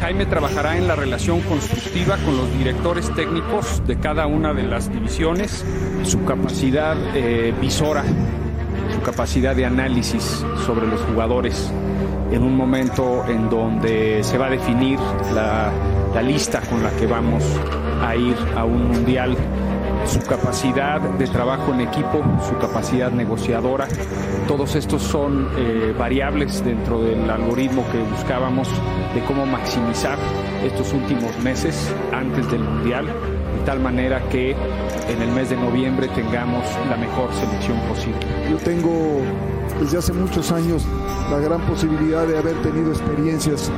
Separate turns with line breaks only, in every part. Jaime trabajará en la relación constructiva con los directores técnicos de cada una de las divisiones. Su capacidad eh, visora, su capacidad de análisis sobre los jugadores en un momento en donde se va a definir la, la lista con la que vamos a ir a un mundial, su capacidad de trabajo en equipo, su capacidad negociadora, todos estos son eh, variables dentro del algoritmo que buscábamos de cómo maximizar estos últimos meses antes del mundial, de tal manera que en el mes de noviembre tengamos la mejor selección posible.
Yo tengo desde hace muchos años la gran posibilidad de haber tenido experiencias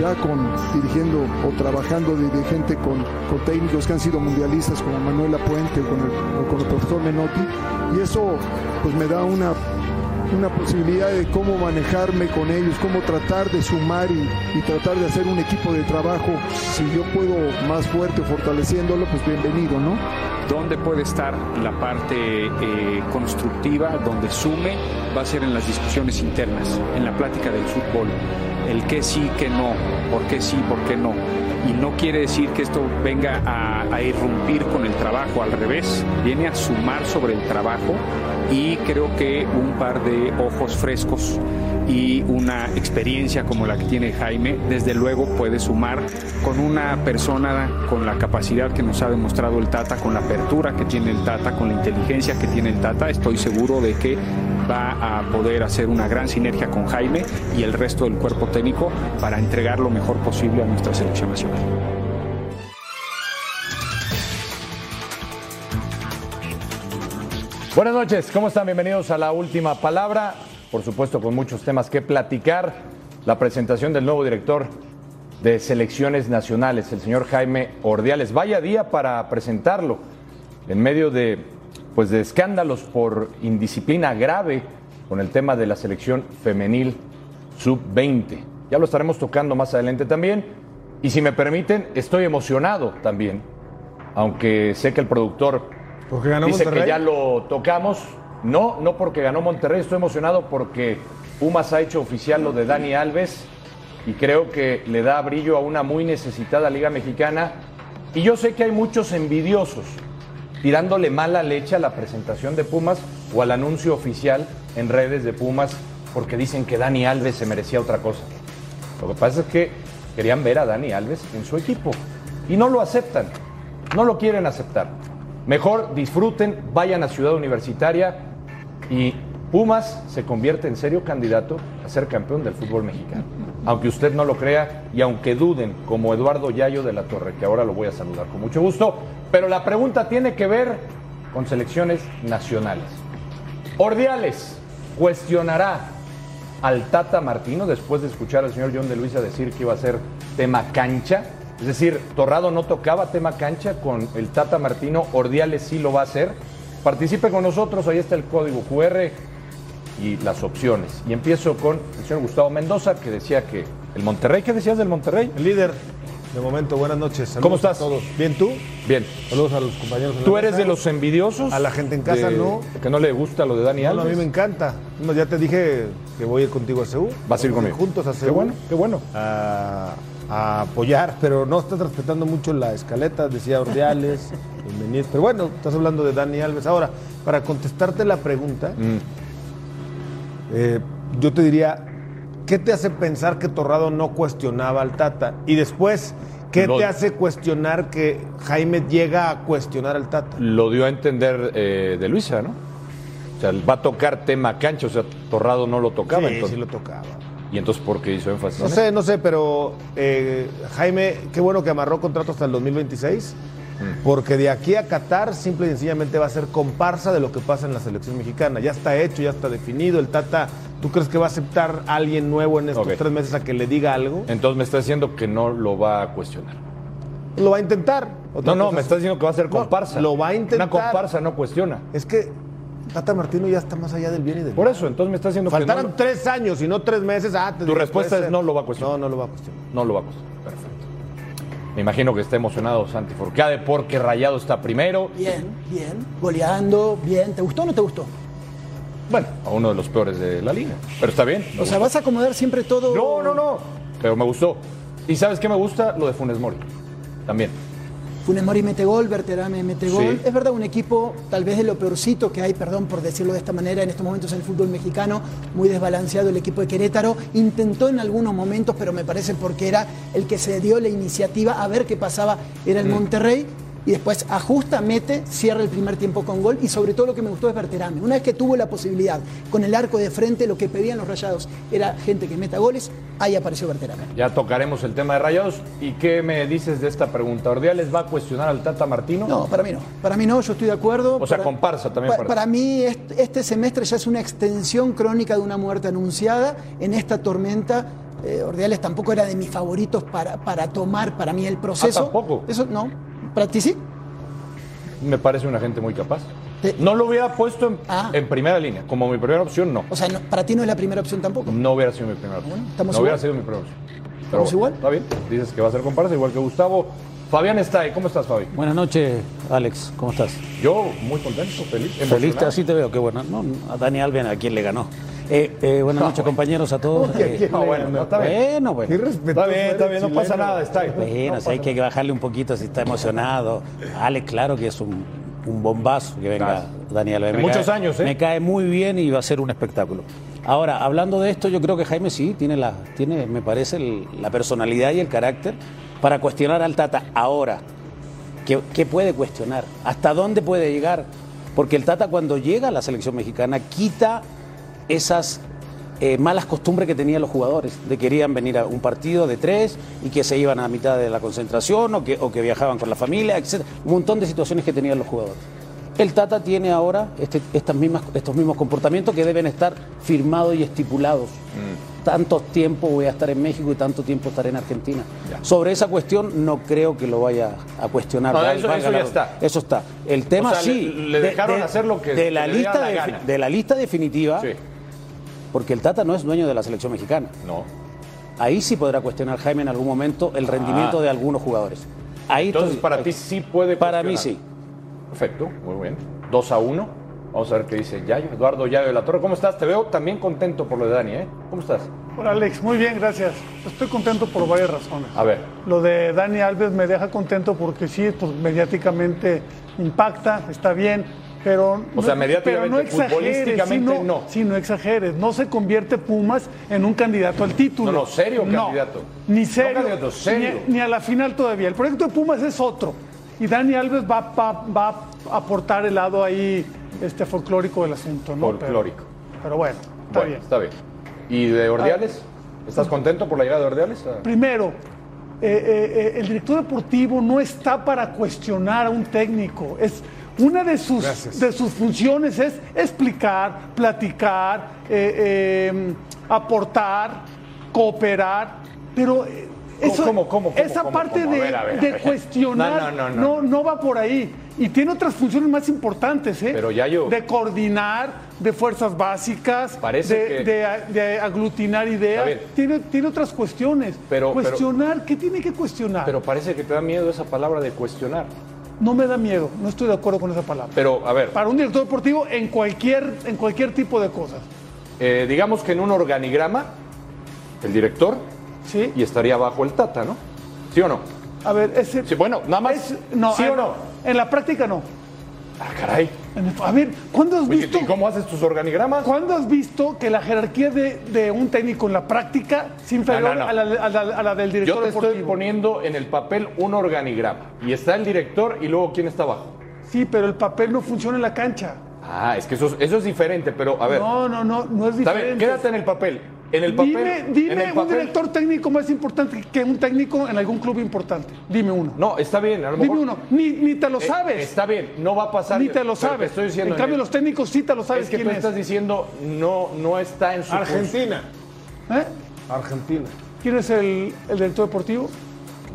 ya con dirigiendo o trabajando de dirigente con, con técnicos que han sido mundialistas como Manuela Puente o con el, o con el profesor Menotti y eso pues me da una una posibilidad de cómo manejarme con ellos, cómo tratar de sumar y, y, tratar de hacer un equipo de trabajo. Si yo puedo más fuerte fortaleciéndolo, pues bienvenido, ¿no?
¿Dónde puede estar la parte eh, constructiva, donde sume? Va a ser en las discusiones internas, en la plática del fútbol. El qué sí, qué no, por qué sí, por qué no. Y no quiere decir que esto venga a, a irrumpir con el trabajo, al revés, viene a sumar sobre el trabajo y creo que un par de ojos frescos y una experiencia como la que tiene Jaime, desde luego puede sumar con una persona con la capacidad que nos ha demostrado el Tata, con la apertura que tiene el Tata, con la inteligencia que tiene el Tata, estoy seguro de que va a poder hacer una gran sinergia con Jaime y el resto del cuerpo técnico para entregar lo mejor posible a nuestra selección nacional.
Buenas noches, ¿cómo están? Bienvenidos a la última palabra. Por supuesto, con muchos temas que platicar. La presentación del nuevo director de selecciones nacionales, el señor Jaime Ordiales. Vaya día para presentarlo en medio de, pues, de escándalos por indisciplina grave con el tema de la selección femenil sub-20. Ya lo estaremos tocando más adelante también. Y si me permiten, estoy emocionado también, aunque sé que el productor
porque ganó
Dice
Monterrey.
que ya lo tocamos. No, no porque ganó Monterrey. Estoy emocionado porque Pumas ha hecho oficial lo de Dani Alves y creo que le da brillo a una muy necesitada Liga Mexicana. Y yo sé que hay muchos envidiosos tirándole mala leche a la presentación de Pumas o al anuncio oficial en redes de Pumas porque dicen que Dani Alves se merecía otra cosa. Lo que pasa es que querían ver a Dani Alves en su equipo y no lo aceptan, no lo quieren aceptar. Mejor disfruten, vayan a Ciudad Universitaria y Pumas se convierte en serio candidato a ser campeón del fútbol mexicano. Aunque usted no lo crea y aunque duden, como Eduardo Yayo de la Torre, que ahora lo voy a saludar con mucho gusto, pero la pregunta tiene que ver con selecciones nacionales. Ordiales cuestionará al Tata Martino después de escuchar al señor John de Luisa decir que iba a ser tema cancha. Es decir, Torrado no tocaba tema cancha con el Tata Martino, Ordiales sí lo va a hacer. Participe con nosotros, ahí está el código QR y las opciones. Y empiezo con el señor Gustavo Mendoza, que decía que el Monterrey, ¿qué decías del Monterrey?
El líder, de momento, buenas noches. Saludos
¿Cómo estás?
A todos. ¿Bien tú?
Bien.
Saludos a los compañeros. en la
¿Tú eres
mesa.
de los envidiosos?
A la gente en casa,
De-
no.
Que no le gusta lo de Dani
No, no, a mí
Alves.
me encanta. No, ya te dije que voy a ir contigo a CEU.
Vas a ir conmigo.
Juntos a CEU.
Qué bueno, qué bueno.
A, a apoyar, pero no estás respetando mucho la escaleta, decía Ordeales, bienvenido. Pero bueno, estás hablando de Dani Alves. Ahora, para contestarte la pregunta,
Mm.
eh, yo te diría, ¿qué te hace pensar que Torrado no cuestionaba al Tata? Y después, ¿qué
Lo-
te hace cuestionar que Jaime llega a cuestionar al Tata?
Lo dio a entender eh, de Luisa, ¿no? O sea, va a tocar tema cancha, o sea, Torrado no lo tocaba.
Sí,
entonces,
sí lo tocaba.
¿Y entonces por qué hizo énfasis?
No
en
sé,
eso?
no sé, pero eh, Jaime, qué bueno que amarró contrato hasta el 2026, porque de aquí a Qatar simple y sencillamente va a ser comparsa de lo que pasa en la selección mexicana. Ya está hecho, ya está definido. El Tata, ¿tú crees que va a aceptar a alguien nuevo en estos
Ok.
tres meses a que le diga algo?
Entonces me está diciendo que no lo va a cuestionar.
Lo va a intentar. Otra
No, no,
cosa
me
es-
estás diciendo que va a ser
No,
comparsa.
lo va a intentar.
Una comparsa no cuestiona.
Es que Tata Martino ya está más allá del bien y del
Por
mal.
eso, entonces me estás diciendo que
Faltaran
no, lo-
tres años y no tres meses. Ah, te
Tu
digo,
respuesta
puede
es
ser.
no lo va a cuestionar.
No, no lo va a cuestionar.
no lo va a cuestionar. Perfecto. Me imagino que está emocionado Santi Forcade porque Rayado está primero.
Bien, bien, goleando, bien. ¿Te gustó o no te gustó?
Bueno, a uno de los peores de la liga. Pero está bien. me
O sea,
gustó.
vas a acomodar siempre todo.
No, no, no. Pero me gustó. ¿Y sabes qué me gusta? Lo de Funes Mori. También.
Funes Mori mete gol, Berterame mete gol.
Sí.
Es verdad, un equipo tal vez de lo peorcito que hay, perdón por decirlo de esta manera, en estos momentos en el fútbol mexicano, muy desbalanceado el equipo de Querétaro. Intentó en algunos momentos, pero me parece porque era el que se dio la iniciativa a ver qué pasaba, era el Monterrey. Y después ajusta, mete, cierra el primer tiempo con gol. Y sobre todo lo que me gustó es Berterame. Una vez que tuvo la posibilidad, con el arco de frente, lo que pedían los rayados era gente que meta goles. Ahí apareció Berterame.
Ya tocaremos el tema de Rayados. ¿Y qué me dices de esta pregunta? ¿Ordiales va a cuestionar al Tata Martino?
No, para mí no. Para mí no, yo estoy de acuerdo.
O sea,
Para-
comparsa también
pa-
para-
Para, mí est- este semestre ya es una extensión crónica de una muerte anunciada. En esta tormenta, eh, Ordeales tampoco era de mis favoritos para, para tomar para mí el proceso.
Ah, tampoco.
Eso no. ¿Para ti sí?
Me parece una gente muy capaz.
Te-
No lo hubiera puesto en,
Eh, Ah.
en primera línea. Como mi primera opción, no.
O sea, no- para ti no es la primera opción tampoco.
No hubiera sido mi primera opción.
Bueno, estamos
no hubiera
igual.
sido mi primera opción. Pero
Estamos
bueno,
igual.
Está bien. Dices que va a ser comparsa, igual que Gustavo. Fabián está ahí. ¿Cómo estás, Fabi?
Buenas noches, Alex. ¿Cómo estás?
Yo muy contento, feliz.
Feliz,
emocionado.
así te veo. Qué bueno. No, a Dani Alben, a quien le ganó. Eh, eh, buenas noches, compañeros, a todos.
Oye, ¿a quién
Eh,
No,
le
bueno,
ganó?
no, está bien.
bueno, bueno.
Está bien, está bien, no pasa nada, está bien.
Bueno, si hay que bajarle un poquito si está emocionado. Alex, claro que es un, un bombazo que venga
Gracias.
Daniel Alves.
De
Me
muchos
cae-
años, ¿eh?
Me cae muy bien y va a ser un espectáculo. Ahora, hablando de esto, yo creo que Jaime sí tiene, la, tiene me parece, el- la personalidad y el carácter para cuestionar al Tata. Ahora, ¿qué, qué puede cuestionar? ¿Hasta dónde puede llegar? Porque el Tata cuando llega a la selección mexicana quita esas eh, malas costumbres que tenían los jugadores, de que querían venir a un partido de tres y que se iban a mitad de la concentración o que, o que viajaban con la familia, etc. Un montón de situaciones que tenían los jugadores. El Tata tiene ahora este- estas mismas, estos mismos comportamientos que deben estar firmados y estipulados.
Mm.
Tanto tiempo voy a estar en México y tanto tiempo estaré en Argentina.
Ya.
Sobre esa cuestión no creo que lo vaya a cuestionar.
No,
Val-
eso-
valga
eso ya
la-
está.
Eso está. El tema
O sea,
sí.
le- le dejaron hacer lo que
de la
le diera
lista
la
defi-
gana.
de la lista definitiva,
Sí.
porque el Tata no es dueño de la selección mexicana.
No.
Ahí sí podrá cuestionar Jaime en algún momento el rendimiento
Ah.
de algunos jugadores. Ahí
Entonces,
estoy-
para ti sí puede
Para mí sí.
cuestionar. Perfecto, muy bien. 2 a 1. Vamos a ver qué dice Yayo. Eduardo Yayo de la Torre, ¿cómo estás? Te veo también contento por lo de Dani, ¿eh? ¿Cómo estás?
Hola Alex, muy bien, gracias. Estoy contento por varias razones.
A ver.
Lo de Dani Alves me deja contento porque sí, pues mediáticamente impacta, está bien, pero...
O sea, mediáticamente, futbolísticamente,
sí,
no.
Sí, no exageres. No se convierte Pumas en un candidato al título.
No, no, serio candidato.
Ni
No
serio.
candidato, serio.
Ni, ni a la final todavía. El proyecto de Pumas es otro. Y Dani Alves va, va- va a aportar el lado ahí este folclórico del asunto, ¿no? Pero-
Folclórico.
Pero, bueno, está
Bueno,
bien.
está bien. ¿Y de Ordiales? ¿Estás contento por la llegada de Ordiales? Ah,
Primero, eh, eh, eh, el director deportivo no está para cuestionar a un técnico. Es una de sus, de sus funciones es explicar, platicar, eh, eh, aportar, cooperar, pero eh, eso,
¿Cómo, cómo, cómo,
esa
cómo,
parte
cómo? A
de,
ver, a ver, a
de
ver.
cuestionar
No, no, no, no.
va por ahí. Y tiene otras funciones más importantes, ¿eh?
Pero, Yayo.
De coordinar, de fuerzas básicas,
Parece
de,
que-
de a- de aglutinar ideas.
bien.
Tiene, tiene otras cuestiones.
Pero- pero-
cuestionar, ¿qué tiene que cuestionar?
Pero parece que te da miedo esa palabra de cuestionar.
no me da miedo, no estoy de acuerdo con esa palabra.
Pero, a ver,
Para un director deportivo en cualquier, en cualquier tipo de cosas.
eh, digamos que en un organigrama, el director,
¿Sí?
y estaría abajo el Tata, ¿no? ¿Sí o no?
A ver, ese.
Sí, bueno, nada más.
es- no,
¿Sí
ah,
o no?
En la práctica no.
Ah, caray.
En el- a ver, ¿cuándo has
Oye,
visto?
¿Y cómo haces tus organigramas?
¿Cuándo has visto que la jerarquía de, de un técnico en la práctica es inferior
no.
A, la, a la- a la del director
Yo te
deportivo?
estoy poniendo en el papel un organigrama. Y está el director y luego quién está abajo.
Sí, pero el papel no funciona en la cancha.
Ah, es que eso, es- eso es diferente, pero a ver.
No, no, no, no es
Está bien,
diferente.
quédate en el papel. En el papel.
dime
en
dime
el
un
papel-
director técnico más importante que un técnico en algún club importante. Dime uno.
No, está bien, a lo mejor.
Dime uno. Ni, ni te lo
Eh,
sabes.
está bien, no va a pasar.
ni te lo
pero
sabes.
estoy diciendo,
en cambio,
el-
los técnicos sí te lo sabes
Es que
quién
tú
es.
estás diciendo no, no está en su.
Argentina.
¿Eh?
Argentina.
¿Quién es el, el director deportivo?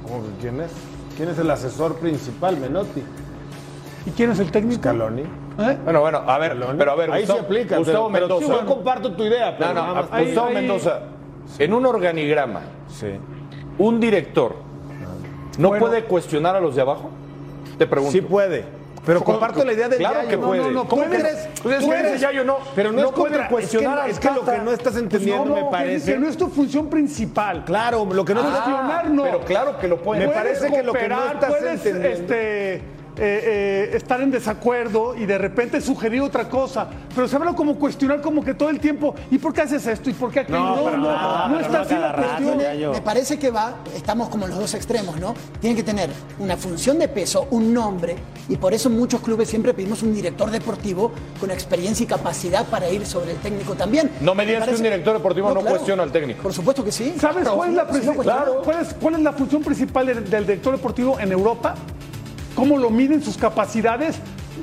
¿Cómo que quién es? ¿Quién es el asesor principal, Menotti?
¿Y quién es el técnico?
Scaloni.
¿Eh?
Bueno, bueno, a ver,
Scaloni.
pero a ver.
ahí
Gustavo,
se aplica.
Gustavo
pero- pero
Mendoza.
sí, yo comparto tu idea,
no,
pero
no,
nada más-
a- Gustavo
ahí-
Mendoza. En un organigrama,
Sí.
un director no
Bueno.
puede cuestionar a los de abajo. Te pregunto.
Sí puede. Pero
¿Cómo
comparto
que-
la idea del
claro
Yayo.
que puede.
No, no, no.
¿Cómo
¿Tú
que-
eres?
Pues es
tú
que
eres-
dice Yayo, no,
Pero no,
no
es
puede
contra-
cuestionar
es
al
que, es que lo
Tata.
que no estás entendiendo
no,
me
que-
parece.
Que no es tu función principal. Ah,
Claro, lo que no estás
Cuestionar no.
pero claro que lo puede.
Me
Puedes
parece que lo que no
cooperar,
estás
puedes,
entendiendo-
este, eh, eh, estar en desacuerdo y de repente sugerir otra cosa, pero se habla como cuestionar como que todo el tiempo, ¿y por qué haces esto? ¿Y por qué aquello?
No,
No,
para
no,
nada,
no
pero
está
no
así
cada
la
rato.
cuestión.
Tiene-
Tiene- me parece que va, estamos como los dos extremos, ¿no? Tiene que tener una función de peso, un nombre, y por eso en muchos clubes siempre pedimos un director deportivo con experiencia y capacidad para ir sobre el técnico también.
No me digas
parece-
que un director deportivo no cuestiona al técnico.
Por supuesto que sí.
¿Sabes cuál es, la
Sí lo
presi-
cuestiona.
cuál es- cuál es la función principal del, del director deportivo en Europa? ¿Cómo lo miden sus capacidades?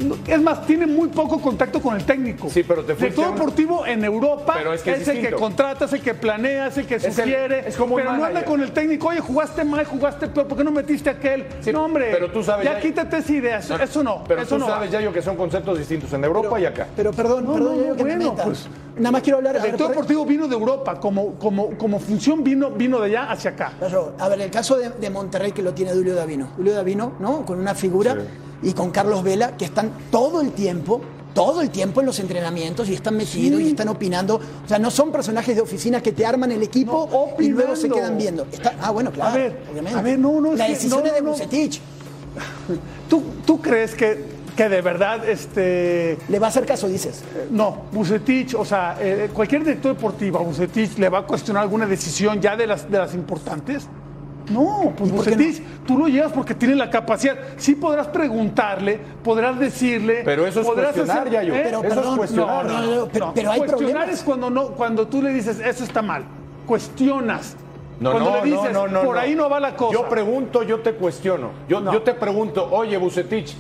No, Es más, tiene muy poco contacto con el técnico.
Sí, pero te fuiste
Director
a un-
deportivo en Europa
Pero es que es
el que
distinto.
contrata, es el que planea, es el que
el-
sugiere.
es como un
pero no anda
manager.
con el técnico. Oye, jugaste mal, jugaste peor, ¿por qué no metiste a aquel?
Sí,
no, hombre.
pero tú sabes,
Ya,
ya-
quítate esa idea. Eso no. Eso no,
Pero
eso
tú
no va.
sabes, Yayo, que son conceptos distintos en Europa y acá.
Pero perdón,
No,
perdón,
no,
yo que me
bueno,
meta.
pues,
Nada más quiero hablar.
El
a ver,
director
por-
deportivo vino de Europa, como, como, como función vino, vino de allá hacia acá.
Claro, a ver, el caso de, de Monterrey que lo tiene Julio Davino. Julio Davino, ¿no? Con una figura y con Carlos Vela, que están todo el tiempo, todo el tiempo en los entrenamientos y están metidos y están opinando. O sea, no son personajes de oficina que te arman el equipo
No,
y luego se
opinando.
quedan viendo. Está- ah, bueno, claro.
A ver,
obviamente.
a ver, no, no, es
La
que-
decisión
no,
es de
no, no.
Bucetich.
¿Tú, tú crees que, que de verdad este, eh,
Le va a hacer caso, dices.
No, Bucetich, o sea, eh, cualquier director deportivo a Bucetich le va a cuestionar alguna decisión ya de las, de las importantes. No, pues
¿Y por qué
Bucetich, tú lo llevas porque tiene la capacidad. Sí podrás preguntarle, podrás decirle.
Pero eso es
podrás ¿Eh?
cuestionar, Yayo.
Pero,
Eso es
perdón,
cuestionar.
no, no, no, pero- pero hay
cuestionar
problemas.
es cuando, no, cuando tú le dices, eso está mal. Cuestionas.
No,
cuando
no,
le dices,
no, no, no,
por ahí no va la cosa.
Yo pregunto, yo te cuestiono. Yo,
No.
yo te pregunto, oye, Bucetich,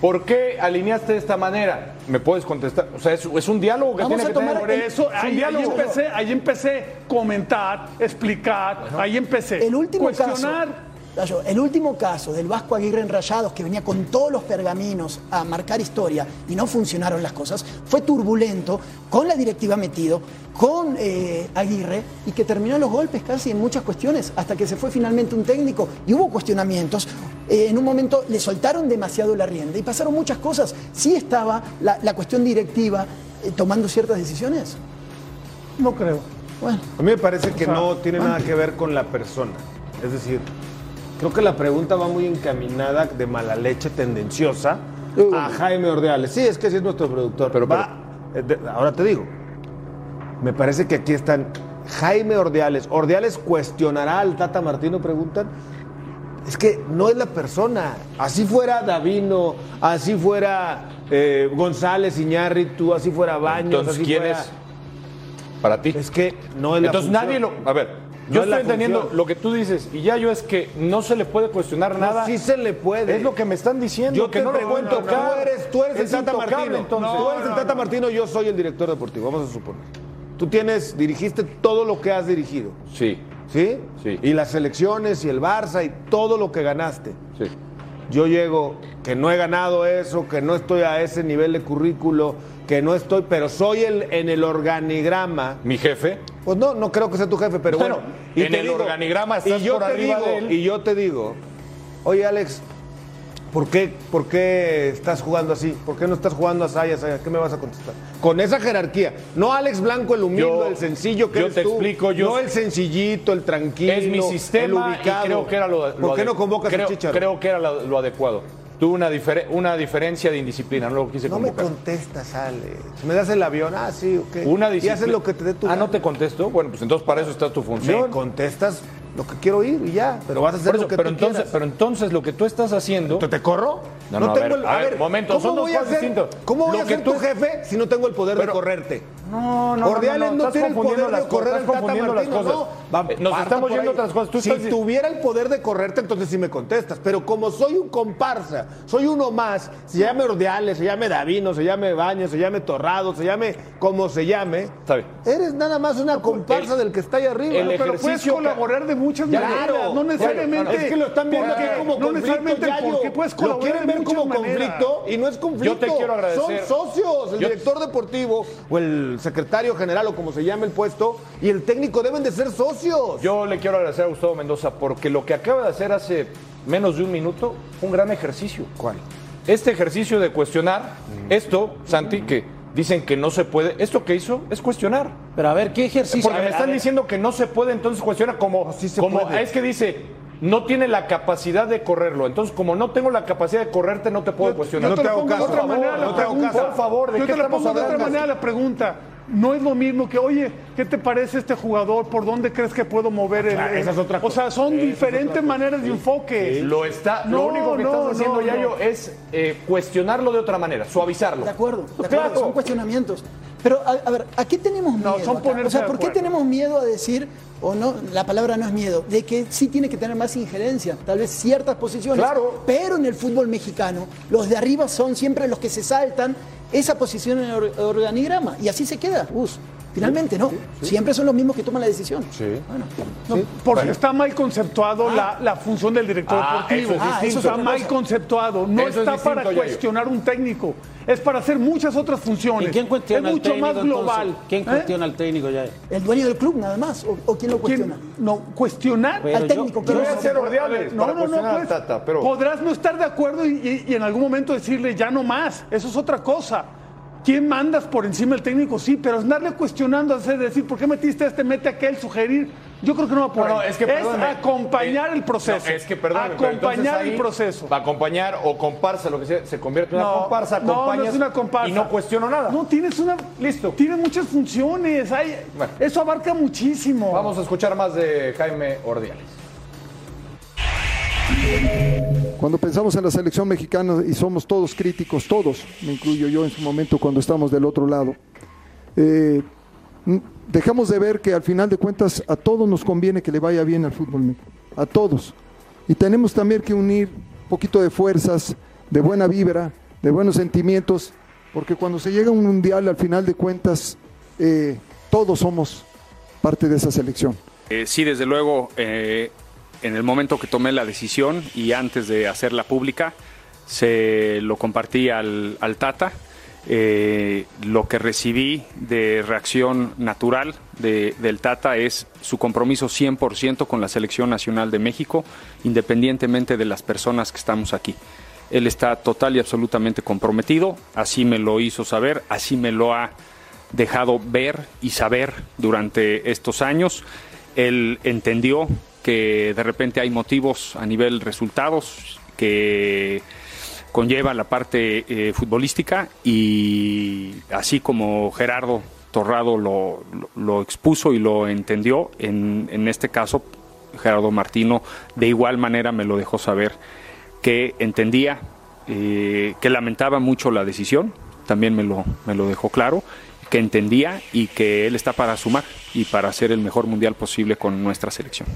¿por qué alineaste de esta manera? ¿Me puedes contestar? O sea, es, es un diálogo que
Vamos
tiene
a
que
tomar
tener.
Por eso,
Es un
ahí, ahí
diálogo.
empecé, ahí empecé a comentar, explicar, ahí empecé.
El último
Cuestionar.
caso. Gallo, El último caso del Vasco Aguirre en Rayados, que venía con todos los pergaminos a marcar historia y no funcionaron las cosas, fue turbulento, con la directiva metido, con eh, Aguirre, y que terminó en los golpes casi en muchas cuestiones, hasta que se fue finalmente un técnico y hubo cuestionamientos. Eh, en un momento le soltaron demasiado la rienda y pasaron muchas cosas. Sí estaba la, la cuestión directiva eh, tomando ciertas decisiones.
No creo.
Bueno,
A mí me parece que no tiene nada que ver con la persona. Es decir, creo que la pregunta va muy encaminada de mala leche tendenciosa
Uh.
a Jaime Ordeales. Sí, es que sí es nuestro productor. Pero, va, eh, de- ahora te digo, me parece que aquí están Jaime Ordeales. ¿Ordeales cuestionará al Tata Martino? Preguntan. Es que no es la persona. Así fuera Davino, así fuera eh, González Iñárritu, así fuera Baños.
Entonces,
así
¿quién
fuera-
es? Para ti.
Es que no es la
Entonces
función.
nadie lo. A ver,
No
yo
es la
estoy entendiendo
función.
lo que tú dices, y ya yo es que no se le puede cuestionar
No,
nada.
sí se le puede.
Es lo que me están diciendo.
Yo
que
te
no
pregunto,
lo pueden tocar.
tú eres, tú eres el
Es
Tata
intocable,
Martino.
entonces.
tú eres el Tata Martino, yo soy el director deportivo, vamos a suponer. Tú tienes, dirigiste todo lo que has dirigido,
Sí,
¿sí?
Sí.
Y las selecciones y el Barça y todo lo que ganaste.
sí.
Yo llego, que no he ganado eso, que no estoy a ese nivel de currículo, que no estoy, pero soy el, en el organigrama.
Mi jefe.
Pues no, no creo que sea tu jefe, pero
Bueno,
bueno.
en el organigrama estás
y yo
por
te
arriba
digo,
de él.
Y yo te digo, oye Alex, ¿por qué, por qué estás jugando así? ¿Por qué no estás jugando así, así? ¿Qué me vas a contestar? Con esa jerarquía. No Alex Blanco, el humilde,
Yo-
el sencillo que
yo
eres
te
tú.
explico, yo-
No el sencillito, el tranquilo,
es mi sistema
el ubicado.
y creo que era lo, lo
¿Por qué
adecu-
no convocas
creo,
a Chicharo?
creo que era lo, lo adecuado. Tuve una, difere- una diferencia de indisciplina, no lo quise
no me
convocar.
contestas, Alex. ¿Me das el avión? Ah, sí, ok.
una
Y haces
disciplina-
lo que te dé tu
Ah,
gana.
no te contesto. Bueno, pues entonces para eso está tu
Me
función.
contestas lo que quiero ir y ya, pero vas a hacer
Por eso,
lo que
pero,
tú
entonces,
quieras.
pero entonces lo que tú estás haciendo.
¿Te, te corro?
No, no, a ver,
el-
a ver, momento,
¿cómo
son dos
voy a
cosas
ser-
distintas.
¿Cómo voy
Lo
a
que
ser
tú-
tu jefe si no tengo el poder
Pero-
de correrte?
No, no, no,
Ordeales
no,
no,
no, estás
tiene el
confundiendo
poder
las
de
cosas,
correr al
estás
Tata
confundiendo las
Martino,
cosas.
no.
Eh, nos
parta
estamos
por
yendo a
ahí.
otras cosas. Tú
si
estás-
tuviera el poder de correrte, entonces sí me contestas. Pero como soy un comparsa, soy uno más, se llame Ordeales, se llame Davino, se llame Baños, se llame Torrado, se llame como se llame.
Está bien.
Eres nada más una comparsa
el-
del que está ahí arriba.
el
No, pero
Pero puedes
ejercicio que-
colaborar de muchas
Ya,
maneras,
claro,
no necesariamente.
Bueno, es que lo están viendo
porque-
aquí como
no
conflicto,
necesariamente
Yayo.
porque puedes
lo
colaborar
quieren
de
ver
muchas
como
maneras.
conflicto y no es
Yo
conflicto.
te quiero agradecer.
Son socios, el
Yo-
director deportivo o el secretario general o como se llame el puesto y el técnico deben de ser socios.
Yo le quiero agradecer a Gustavo Mendoza porque lo que acaba de hacer hace menos de un minuto fue un gran ejercicio.
¿Cuál?
Este ejercicio de cuestionar, esto, Santi, que dicen que no se puede, esto que hizo es cuestionar.
Pero a ver, ¿qué ejercicio?
Porque
A
me
ver, a
están
ver.
diciendo que no se puede, entonces cuestiona como,
No, sí se
como
puede.
es que dice, no tiene la capacidad de correrlo. Entonces, como no tengo la capacidad de correrte, no te puedo cuestionar.
Yo te
te
la
hago
pongo de
caso,
otra
por
manera
favor,
la
no te hago
pregunta.
caso.
Por favor, ¿de
Yo
qué
te la
estamos
pongo de otra
hablando?
manera la pregunta. No es lo mismo que, oye, ¿qué te parece este jugador? ¿Por dónde crees que puedo mover el.?
Claro, Ah, esa es otra
o sea,
cosa.
son diferentes maneras de enfoque.
Lo está, lo
No,
único que
no,
estás haciendo,
no,
Yayo,
no.
es eh, cuestionarlo de otra manera, suavizarlo.
De acuerdo, de acuerdo,
Claro.
son cuestionamientos. Pero, a, a ver, ¿a qué tenemos miedo?
No, son
acá?
ponerse
o sea,
de
¿por qué
acuerdo.
tenemos miedo a decir, o no, la palabra no es miedo, de que sí tiene que tener más injerencia, tal vez ciertas posiciones?
Claro.
Pero en el fútbol mexicano, los de arriba son siempre los que se saltan esa posición en el or- organigrama. Y así se queda, Gus. Finalmente, ¿no? Siempre son los mismos que toman la decisión. Sí. Bueno, no,
Porque está mal conceptuado la, la función del director
Ah,
deportivo.
eso es
Ah, distinto. eso es
está
otra
mal
cosa.
conceptuado. No
Eso es
está
distinto,
para
Yayo.
cuestionar un técnico. Es para hacer muchas otras funciones.
¿Y quién cuestiona
es
al
mucho
técnico,
más global.
entonces? ¿Quién
¿Eh?
cuestiona al técnico ya?
el dueño del club, nada más. ¿O, o quién lo
¿Quién?
cuestiona?
No, cuestionar.
Pero
Al
yo-
técnico.
Yo
¿quién
voy
lo
a
hace?
hacer
Ordeales para cuestionar
pues,
al Tata, pero-
Podrás no estar de acuerdo y, y- y en algún momento decirle ya no más. Eso es otra cosa. ¿Quién mandas por encima del técnico? Sí, pero andarle cuestionando, hacer decir, ¿por qué metiste a este, mete a aquel, sugerir? Yo creo que no va por
No, no,
ahí.
es que perdóname.
acompañar
Eh,
el proceso.
no, es que perdón.
Acompañar el proceso.
Acompañar o comparsa, lo que sea, se convierte en una comparsa,
no, no
acompañas
es una comparsa.
y no cuestiono nada.
No, tienes una.
Listo.
Tienes muchas funciones. hay-
Bueno.
Eso abarca muchísimo.
Vamos a escuchar más de Jaime Ordiales.
Cuando pensamos en la selección mexicana y somos todos críticos, todos, me incluyo yo en su momento cuando estamos del otro lado, eh, n- dejamos de ver que al final de cuentas a todos nos conviene que le vaya bien al fútbol, me- a todos. Y tenemos también que unir un poquito de fuerzas, de buena vibra, de buenos sentimientos, porque cuando se llega a un mundial, al final de cuentas, eh, todos somos parte de esa selección.
Eh, sí, desde luego, eh, en el momento que tomé la decisión y antes de hacerla pública, se lo compartí al, al Tata. Eh, lo que recibí de reacción natural de- del Tata es su compromiso 100% con la Selección Nacional de México, independientemente de las personas que estamos aquí. Él está total y absolutamente comprometido, así me lo hizo saber, así me lo ha dejado ver y saber durante estos años. Él entendió que de repente hay motivos a nivel resultados que conlleva la parte eh, futbolística y así como Gerardo Torrado lo, lo- lo expuso y lo entendió, en, en este caso Gerardo Martino de igual manera me lo dejó saber que entendía, eh, que lamentaba mucho la decisión, también me lo, me lo dejó claro, que entendía y que él está para sumar y para hacer el mejor mundial posible con nuestra selección.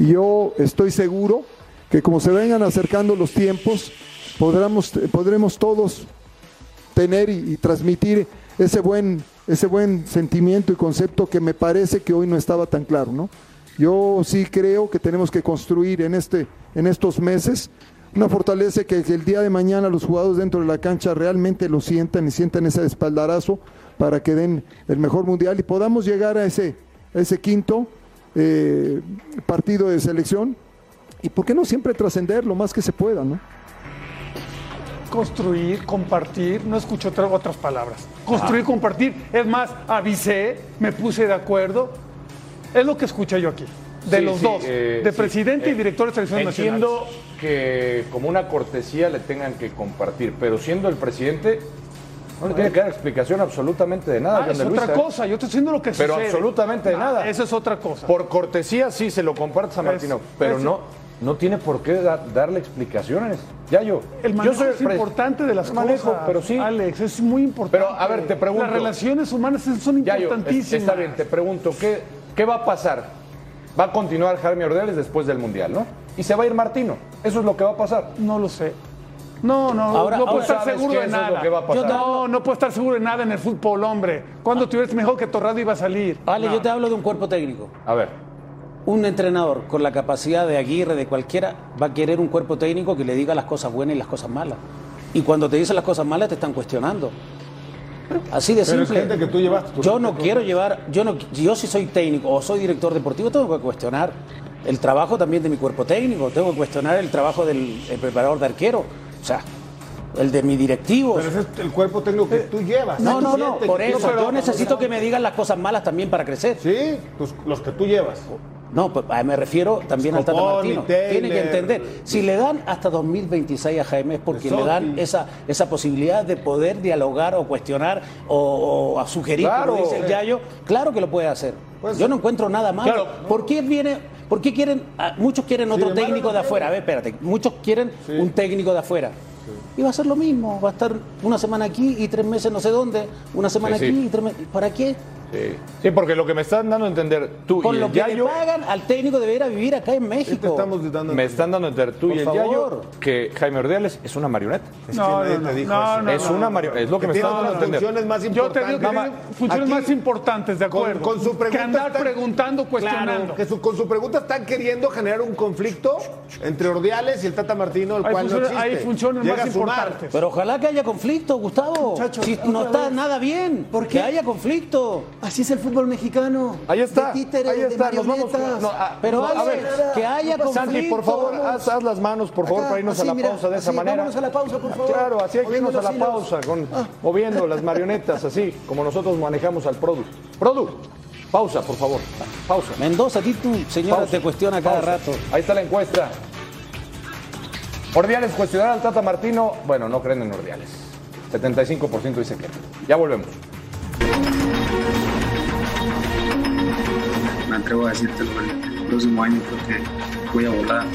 Y Yo estoy seguro que como se vengan acercando los tiempos, podremos, podremos todos tener y, y transmitir ese buen, ese buen sentimiento y concepto que me parece que hoy no estaba tan claro, ¿no? Yo sí creo que tenemos que construir en, este, en estos meses una fortaleza que, que el día de mañana los jugadores dentro de la cancha realmente lo sientan y sientan ese espaldarazo para que den el mejor mundial y podamos llegar a ese, a ese quinto eh, partido de selección y por qué no siempre trascender lo más que se pueda, ¿no?
Construir, compartir, no escucho otra- otras palabras.
Ah.
Construir, compartir. Es más, avisé, me puse de acuerdo. Es lo que escuché yo aquí, de
Sí,
los
sí,
dos,
eh,
de
sí.
presidente y
Eh,
director de selección nacional.
Entiendo que como una cortesía le tengan que compartir, pero siendo el presidente, No le tiene que dar explicación absolutamente de nada.
Ah,
John
es
de Luisa,
otra
¿eh?
cosa, yo estoy diciendo lo que
Pero
sucede.
absolutamente de
Ah,
nada.
Eso es otra cosa.
Por cortesía sí se lo compartes a Martino, pero
es-
no, no tiene por qué da- darle explicaciones. Ya yo.
El
yo
manejo
soy
es
pres-
importante de las
el manejo,
cosas,
pero sí.
Alex, es muy importante.
Pero, a ver, te pregunto.
Las relaciones humanas son
Ya yo, es-
importantísimas.
está bien, te pregunto, ¿qué, ¿qué va a pasar? Va a continuar Jaime Ordeles después del Mundial, ¿no? Y se va a ir Martino. Eso es lo que va a pasar.
No lo sé. No, no,
Ahora-
no puedo
ahora
estar
sabes
seguro
que
de
eso es
nada.
lo que va a pasar.
Yo no, no puedo estar seguro de nada en el fútbol, hombre. Cuando tuvieras mejor que Torrado iba a salir.
Ale,
No.
yo te hablo de un cuerpo técnico.
A ver,
Un entrenador con la capacidad de Aguirre, de cualquiera, va a querer un cuerpo técnico que le diga las cosas buenas y las cosas malas. Y cuando te dicen las cosas malas te están cuestionando. Así de
Pero es
simple.
gente que tú llevaste. tú
Yo no quiero llevar, yo no, yo si soy técnico o soy director deportivo tengo que cuestionar el trabajo también de mi cuerpo técnico, tengo que cuestionar el trabajo del el preparador de arquero, o sea, el de mi directivo.
Pero ese es el cuerpo técnico que tú llevas.
No, no, no,
Siete,
por
que
eso
tú-
yo necesito que me digan las cosas malas también para crecer.
Sí, tus- los que tú llevas.
No, pues, a- me refiero también al Tata
Scoponi,
Martino.
Taylor.
Tiene que entender. Si le dan hasta 2026 a Jaime es porque le dan
Pesotti.
esa, esa posibilidad de poder dialogar o cuestionar o, o a sugerir,
Claro.
como dice el Yayo. Claro que lo puede hacer.
Pues,
Yo no encuentro nada malo.
Claro.
¿Por qué viene.? ¿Por qué quieren.? a- muchos quieren otro
embargo,
técnico
no
de afuera. A ver, espérate. Muchos quieren un técnico de afuera. Y va a ser lo mismo. Va a estar una semana aquí y tres meses no sé dónde. Una semana
Sí, sí.
aquí y tres meses. ¿Para qué?
sí. Sí, porque lo que me están dando a entender tú
Con
y
lo
el
que le
Yayo,
pagan al técnico debería vivir acá en México.
Sí te Este estamos dando.
me están dando a entender tú
Por
y el
favor.
Yayo que Jaime Ordeales es una marioneta.
Es que
No,
nadie
no,
te
no,
dijo
no,
eso.
no,
es una marioneta, es lo que, me
tiene
están dando a
otras
entender.
funciones más
Yo te digo que
importantes.
tiene funciones
aquí,
más importantes, de
con-
acuerdo.
con su pregunta
que andar
están-
preguntando, cuestionando.
Claro, que su- con su pregunta están queriendo generar un conflicto entre Ordiales y el Tata Martino, el
Hay
cual no
funciones-
existe.
hay funciones
Llega
más
a sumar.
importantes.
Pero ojalá que haya conflicto, Gustavo.
Muchachos,
si no
otra
está
vez.
nada bien,
¿Por
que
qué?
haya conflicto.
Así es el fútbol mexicano.
Ahí está.
De títeres,
ahí está.
de
nos vamos.
marionetas.
No, ah,
Pero
no, a
Alex,
ver,
que haya conflicto.
Santi, por favor, haz, haz las manos, por favor,
Acá,
para irnos
así,
a la
mira,
pausa de esa
así,
manera. Ah,
vámonos a la pausa, por favor.
Claro, así hay que
Moviendo
irnos a
los
la
hilos.
pausa, con, moviendo las marionetas, así, como nosotros manejamos al Produ. Produ, pausa, por favor. Pausa.
Mendoza, a ti tu señora
Pausa.
te cuestiona cada
Pausa.
rato.
Ahí está la encuesta. Ordiales cuestionar al Tata Martino. Bueno, no creen en Ordiales. 75% dice que. no. Ya volvemos.
me atrevo a decírtelo el el próximo año porque voy a votar.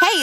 Hey,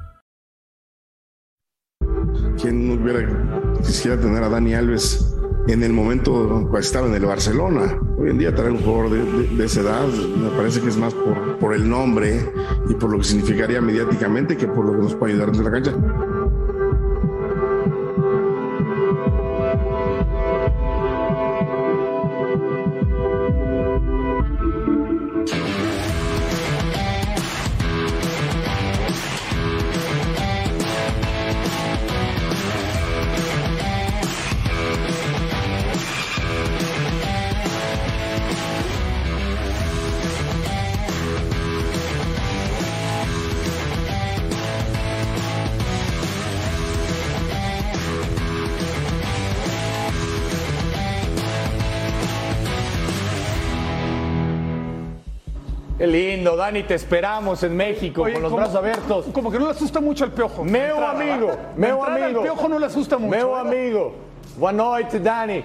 ¿Quién no hubiera quisiera tener a Dani Alves en el momento que estaba en el Barcelona? Hoy en día traer un jugador de, de- de esa edad me parece que es más por, por el nombre y por lo que significaría mediáticamente que por lo que nos puede ayudar en la cancha.
Qué lindo, Dani, te esperamos en México
Oye,
con los
como-
brazos abiertos.
Como que no le asusta mucho al piojo.
Meu
La entrada,
amigo,
¿va?
meu
La entrada al
amigo.
piojo no le asusta mucho. ¿eh?
Meu
¿verdad?
amigo, boa noite, Dani.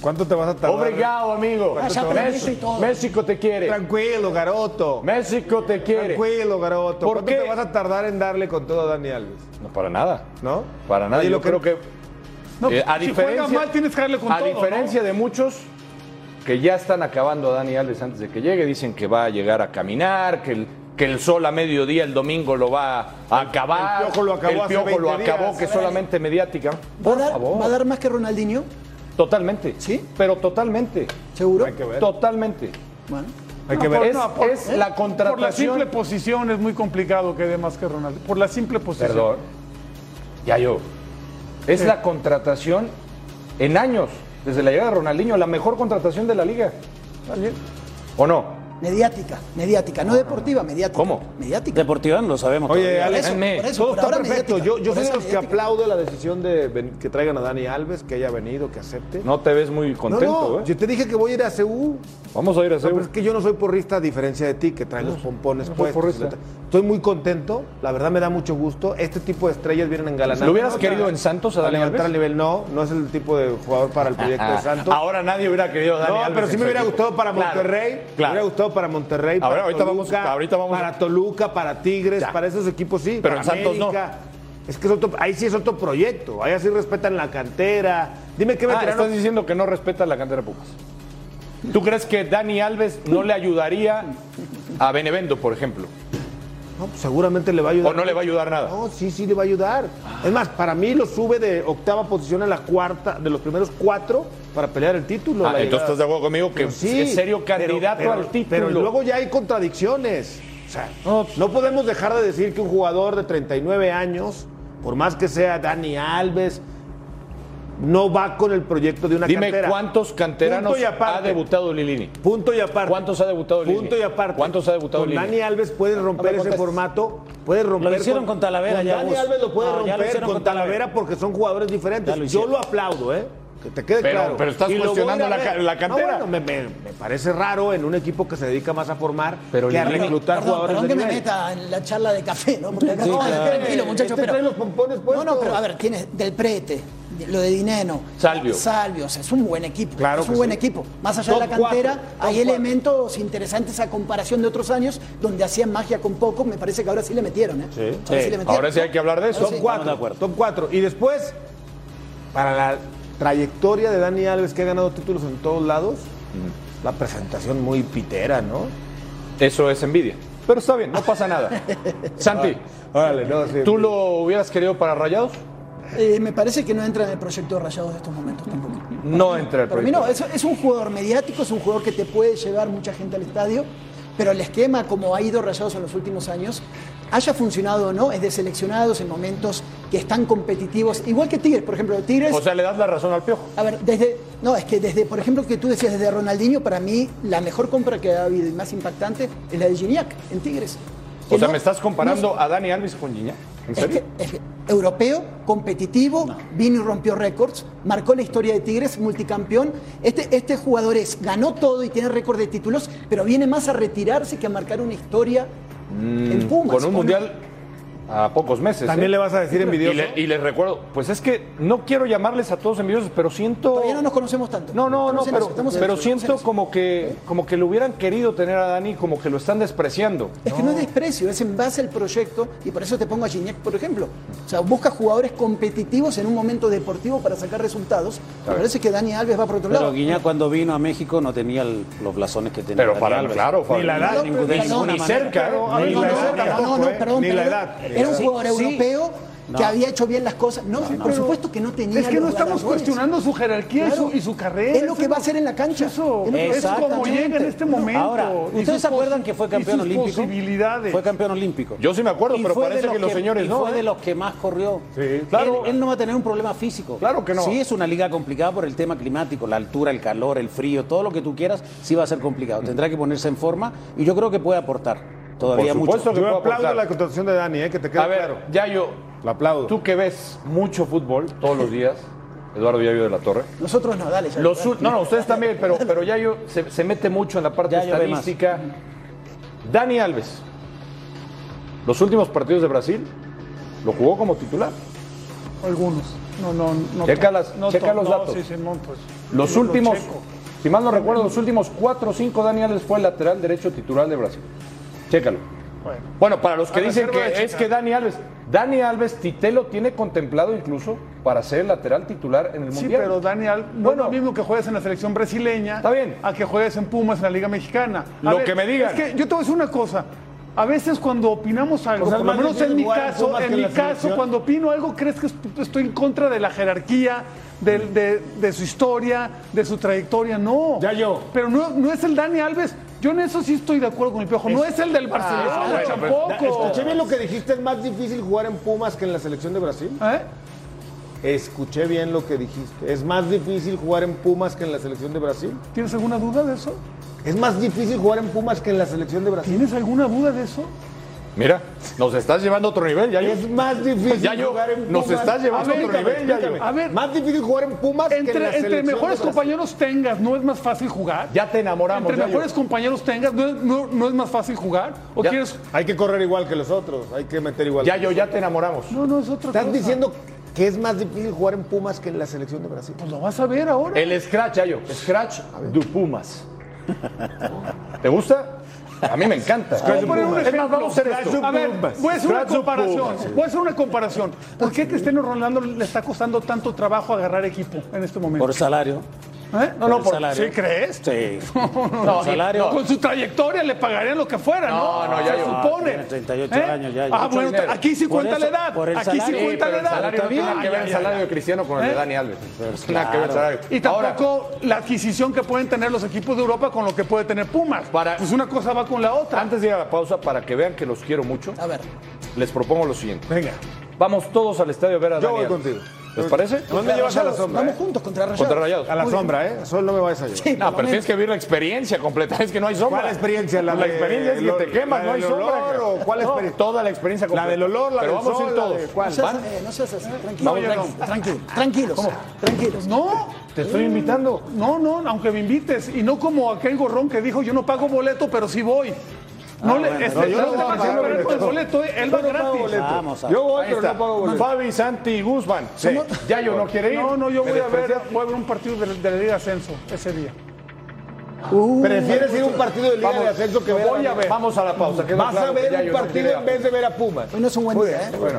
¿Cuánto te vas a tardar?
Obrigado, amigo.
Vaya,
México, México te quiere.
Tranquilo, garoto.
México te quiere.
Tranquilo, garoto.
¿Por
¿Cuánto
qué?
te vas a tardar en darle con todo a Dani Alves?
No, para nada.
¿No?
Para nada.
Oye,
Yo
lo que-
creo que.
No,
eh, a
si
diferencia,
juega mal, tienes que darle con
a
todo, ¿no?
diferencia de muchos que ya están acabando a Dani Alves antes de que llegue, dicen que va a llegar a caminar, que el- que el sol a mediodía el domingo lo va a acabar.
Piojo lo acabó
El
hace
Piojo lo
20
acabó,
días.
que solamente mediática.
¿Va a, dar, va a dar más que Ronaldinho?
Totalmente. ¿Sí? Pero totalmente.
¿Seguro?
Totalmente.
Bueno.
Hay que ver.
No, por-
Es-
no, por-
es la
Por la
contratación-
simple posición es muy complicado que dé más que Ronaldo. Por la simple posición.
Perdón. Ya yo. Es
Sí.
la contratación en años, desde la llegada de Ronaldinho, la mejor contratación de la liga. ¿O no?
Mediática, mediática, no deportiva, mediática. ¿Cómo? Mediática.
Deportiva no lo sabemos.
Oye,
todavía.
Alex,
Déjenme.
todo está perfecto. Yo, yo soy
por
de
eso
los que
mediática.
aplaudo la decisión de ven- que traigan a Dani Alves, que haya venido, que acepte.
No te ves muy contento,
no, no,
¿eh?
yo te dije que voy a ir a CU.
Vamos a ir a
No,
hacer.
pero es que yo no soy porrista a diferencia de ti, que traes los pompones
no soy
puestos.
porrista.
Estoy muy contento, la verdad me da mucho gusto. Este tipo de estrellas vienen engalanar.
¿Lo hubieras querido en Santos a Dani
levantar
Alves? Ah,
el nivel? No, no es el tipo de jugador para el proyecto de Santos.
Ahora nadie hubiera querido a Dani
no,
Alves
pero
en
sí
su
me hubiera
equipo.
gustado para
Claro,
Monterrey. Me
claro.
hubiera gustado para Monterrey.
A ver,
para
ahorita vamos-
Toluca,
ahorita vamos-
Para Toluca, para Tigres,
Ya.
para esos equipos sí.
Pero
para
en Santos no.
América. Es que es otro- ahí sí es otro proyecto. Ahí así respetan la cantera. Dime qué
Ah,
veterano.
estás diciendo que no respeta la cantera de Pumas. ¿Tú crees que Dani Alves no le ayudaría a Benevendo, por ejemplo?
No, pues seguramente le va a ayudar.
¿O no le va a ayudar nada?
No, sí, sí le va a ayudar. Es más, para mí lo sube de octava posición a la cuarta, de los primeros cuatro, para pelear el título.
Ah,
la
entonces
llegada.
estás de acuerdo conmigo que
Pero sí,
es serio
pero-
candidato
pero-
al título.
Pero luego ya hay contradicciones. O sea, no, podemos dejar de decir que un jugador de 39 años, por más que sea Dani Alves, no va con el proyecto de una
Dime
cantera.
cuántos canteranos
Punto y aparte.
ha debutado Lilini.
Punto y aparte.
¿Cuántos ha debutado Lilini?
Punto y aparte.
¿Cuántos ha debutado
Con
Lilini?
Dani Alves puede romper ese
contestes.
formato, puede romper.
Lo hicieron con Talavera ya,
Dani
Gus.
Alves Ah, lo puede
No, ya lo
romper
hicieron
con
con
Talavera
Talavera.
porque son jugadores diferentes.
Ya lo
Yo
hicieron.
lo aplaudo, ¿eh? Que te quede
Pero-
claro.
pero estás
lo voy a ir
cuestionando
a
la
ver.
ca- la
No,
cantera.
bueno, me, me- me parece raro en un equipo que se dedica más a formar
Pero
que a
Lilini-
reclutar
Perdón,
jugadores de
perdón que me
nivel.
meta en la charla de café, ¿no? Porque acá
Sí,
no,
claro.
tranquilo, muchachos.
Este
pero-
trae los pompones
no, no,
puestos.
pero a ver, tienes del prete, de- lo de Dineno.
Salvio.
Salvio, o sea, es un buen equipo.
Claro
es un
que
buen
sí.
equipo. Más allá de
Top
la cantera,
cuatro, top
hay
cuatro.
elementos interesantes a comparación de otros años donde hacían magia con poco. Me parece que ahora sí le metieron, ¿eh?
Sí.
Ahora
Sí.
le metieron.
Ahora sí hay que hablar de eso.
Top 4. Top 4. Y después, para la trayectoria de Dani Alves, que ha ganado títulos en todos lados,
Mm.
la presentación muy pitera, ¿no?
Eso es envidia. Pero está bien, no pasa nada. Santi,
Órale, no, sí.
¿tú lo hubieras querido para Rayados?
Eh, me parece que no entra en el proyecto de Rayados de estos momentos tampoco.
No entra el
Para mí no,
proyecto.
es, es un jugador mediático, es un jugador que te puede llevar mucha gente al estadio, pero el esquema como ha ido Rayados en los últimos años, haya funcionado o no, es de seleccionados en momentos que están competitivos, igual que Tigres, por ejemplo, Tigres...
O sea, le das la razón al piojo.
a ver, desde, no, es que desde, por ejemplo, que tú decías, desde Ronaldinho, para mí la mejor compra que ha habido y más impactante es la de Gignac en Tigres.
O
Que
sea,
no-
¿me estás
no-
comparando a Dani Alves con Giña? ¿En
es
serio?
que- es que europeo, competitivo, vino y rompió récords, marcó la historia de Tigres, multicampeón. Este, este jugador es, ganó todo y tiene récord de títulos, pero viene más a retirarse que a marcar una historia en Pumas.
Mm, Con
¿o
un
no?
mundial a pocos meses.
También
¿eh?
le vas a decir
Y,
envidioso.
le- y les recuerdo, pues es que no quiero llamarles a todos envidiosos, pero siento.
Todavía no nos conocemos tanto.
No, no, no,
Estamos en
pero,
eso, estamos en
pero
eso,
siento
estamos en eso. ¿Eh?
como que, como que lo hubieran querido tener a Dani, como que lo están despreciando.
Es que no. es desprecio, es en base al proyecto y por eso te pongo a Gignac, por ejemplo. O sea, busca jugadores competitivos en un momento deportivo para sacar resultados. Me parece que Dani Alves va por otro
Pero
lado.
Guiñá cuando vino a México no tenía el- los blasones que tenía.
Pero
Dani
para,
Alves.
claro, Fabio.
Ni la edad,
Ni-
pero-
de
pero
ninguna
ni
manera.
cerca,
Pero, a
ni
ver,
la
No,
vamos
edad.
a-
no,
tampoco,
no, no,
¿eh?
perdón,
Ni la
perdón.
edad.
Era un jugador
Sí.
europeo
No.
que había hecho bien las cosas. No, por supuesto que no tenía.
Es que no
los
estamos
galardones.
cuestionando su jerarquía y
Claro.
su- y, su, carrera.
Es lo
Eso
que va a hacer en la cancha.
Eso
Es lo que-
es como
Exactamente.
llega en este
No.
momento.
Ahora,
y sus
¿ustedes se acuerdan
pos-
que fue
y
campeón
sus
olímpico?
posibilidades.
Fue campeón olímpico.
Yo sí me acuerdo,
Y
pero
fue de
parece que los señores
y
no,
Fue
¿eh?
de los que más corrió.
Sí, claro.
Él, él no va a tener un problema físico.
Claro que no.
Sí, es una liga complicada por el tema climático, la altura, el calor, el frío, todo lo que tú quieras, sí va a ser complicado. Tendrá que ponerse en forma y yo creo que puede aportar todavía
Por supuesto
mucho.
que
Yo
puedo
aplaudo
aportar.
la contratación de Dani, ¿eh? que te quede
A ver,
claro.
ya yo,
La aplaudo.
tú que ves mucho fútbol todos los días, Eduardo Yayo de la Torre.
Nosotros no, dale. ya.
Los ul- no, no, ustedes también, pero, pero Yayo se, se mete mucho en la parte
Yayo ve más.
estadística. Dani Alves, los últimos partidos de Brasil, lo jugó como titular.
Algunos. No, no, no.
Checa las-
no,
checa los
no,
datos.
sí, sí, no, pues,
Los
no lo
últimos,
checo.
si mal no recuerdo, los últimos 4 o 5 Dani Alves fue el lateral derecho titular de Brasil. Chécalo.
Bueno.
Bueno, para los que
A
dicen
reserva de
que es
checar.
que Dani Alves, Dani Alves Titelo tiene contemplado incluso para ser el lateral titular en el
Sí,
Mundial.
pero Daniel, no
Bueno.
es lo mismo que juegues en la selección brasileña
Está bien.
a que juegues en Pumas en la Liga Mexicana. A
Lo que me digan.
Es que yo te voy a decir una cosa. A veces cuando opinamos algo,
O sea,
por lo
más bien
menos en mi
igual
caso,
Pumas que
en mi
la
caso,
selección.
cuando opino algo, crees que est- estoy en contra de la jerarquía, del- de, de su historia, de su trayectoria. No. Ya yo. Pero no, no es el Dani Alves. Yo en eso sí estoy de acuerdo con el piojo. No es el del Barcelona
Ah, bueno, pero-
tampoco.
Escuché bien lo que dijiste, es más difícil jugar en Pumas que en la selección de Brasil.
¿Eh?
Escuché bien lo que dijiste. ¿Es más difícil jugar en Pumas que en la selección de Brasil?
¿Tienes alguna duda de eso?
¿Es más difícil jugar en Pumas que en la selección de Brasil?
¿Tienes alguna duda de eso?
Mira, nos estás llevando a otro nivel, ya yo.
Es más difícil
Yayo,
jugar en
nos
Pumas.
estás llevando a
ver,
otro nivel, Yayo.
explícame. Más difícil jugar en Pumas que en la
Entre, entre
selección
mejores
de Brasil.
compañeros tengas, ¿no es más fácil jugar?
Ya te enamoramos.
Entre
Yayo.
mejores compañeros tengas, ¿no es, no- no es más fácil jugar? ¿O
Ya.
quieres...?
Hay que correr igual que los otros, hay que meter igual.
Ya yo, ya te enamoramos.
No, no, es otra
Estás
cosa.
diciendo que es más difícil jugar en Pumas que en la selección de Brasil.
Pues lo vas a ver ahora.
El scratch, Yayo. Scratch du Pumas. ¿Te gusta? A mí me encanta.
Voy a poner un
Es más,
ejemplo.
vamos a pues, hacer esto.
A ver, voy a hacer una
Scratch du
comparación.
Pumas.
Voy a hacer una comparación. ¿Por qué a Cristiano Ronaldo le está costando tanto trabajo agarrar equipo en este momento?
Por salario.
¿Eh? No, no,
el
por
salario.
¿Sí crees?
Sí.
No,
Por salario.
Con su trayectoria le pagarían lo que fuera, ¿no?
No, no, ya
Se
yo-
supone.
tiene 38 años, ya yo.
Ah,
Mucho
bueno,
dinero.
aquí sí
Por
cuenta
eso,
la edad.
por el
aquí sí
salario.
cuenta la
Pero el
edad.
salario no tiene que ver el
Ay, ay,
salario
ay.
de Cristiano con el
¿Eh?
de Dani Alves. Pues Nada que ver el salario.
Y
Ahora,
tampoco la adquisición que pueden tener los equipos de Europa con lo que puede tener Pumas.
Para-
Pues una cosa va con la otra.
antes de ir a la pausa, para que vean que los quiero mucho,
A ver,
les propongo lo siguiente.
Venga.
Vamos todos al estadio a ver a
Yo
Dani
voy
Alves.
contigo.
¿Les parece?
No me llevas a la
Rayados,
sombra.
vamos
eh?
juntos contra Rayados.
Contra Rayados.
A la sombra, ¿eh? Solo no me vayas a llevar.
Sí,
No,
por
pero
lo
tienes que vivir la experiencia completa. Es que no hay sombra.
¿Cuál experiencia?
La,
¿La de-
experiencia es que
lo-
te quemas,
la
no hay
del
sombra.
olor
cara.
o cuál
No,
experiencia?
toda la experiencia completa.
La del olor, la
Pero
del
vamos a ir
sol, la
todos.
de- ¿cuál?
No seas,
¿Van?
eh, no seas así, tranquilo,
No, yo
tranquilo,
no.
tranquilo, tranquilos, tranquilos.
No.
Te estoy invitando.
No, no, aunque me invites. Y no como aquel gorrón que dijo, yo no pago boleto, pero sí voy. No, le,
no,
este,
Ah, yo no
no te
voy a
vas a
pagar
esperar con el
boleto.
boleto, eh, él va
Yo no pago
gratis.
boleto.
Vamos a
Yo voy,
Ahí
pero
está.
no pago boleto.
Fabi, Santi y Guzmán. Sí. Ya yo no quiere ir.
No, no, yo
Me
voy a, ver,
despreciaste.
voy a ver un partido de, de la Liga Ascenso ese día.
Uh. ¿Prefieres ir a un partido de Liga de Ascenso que
Lo
ver a
voy a
Dani?
ver. Vamos a la pausa. quedó
Vas
claro
a
que
ver
ya
un
yo no
partido
quiere ir a-
en vez de ver a Pumas.
Hoy no es un buen
Muy
día, ¿eh?
bien, Bueno.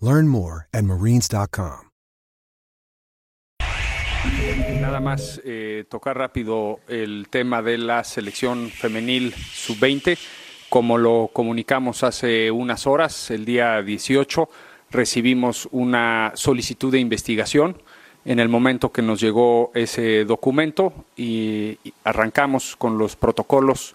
Learn more at marines.com.
Nada más eh, tocar rápido el tema de la selección femenil sub-20. Como lo comunicamos hace unas horas, el día 18 recibimos una solicitud de investigación. En el momento que nos llegó ese documento y y arrancamos con los protocolos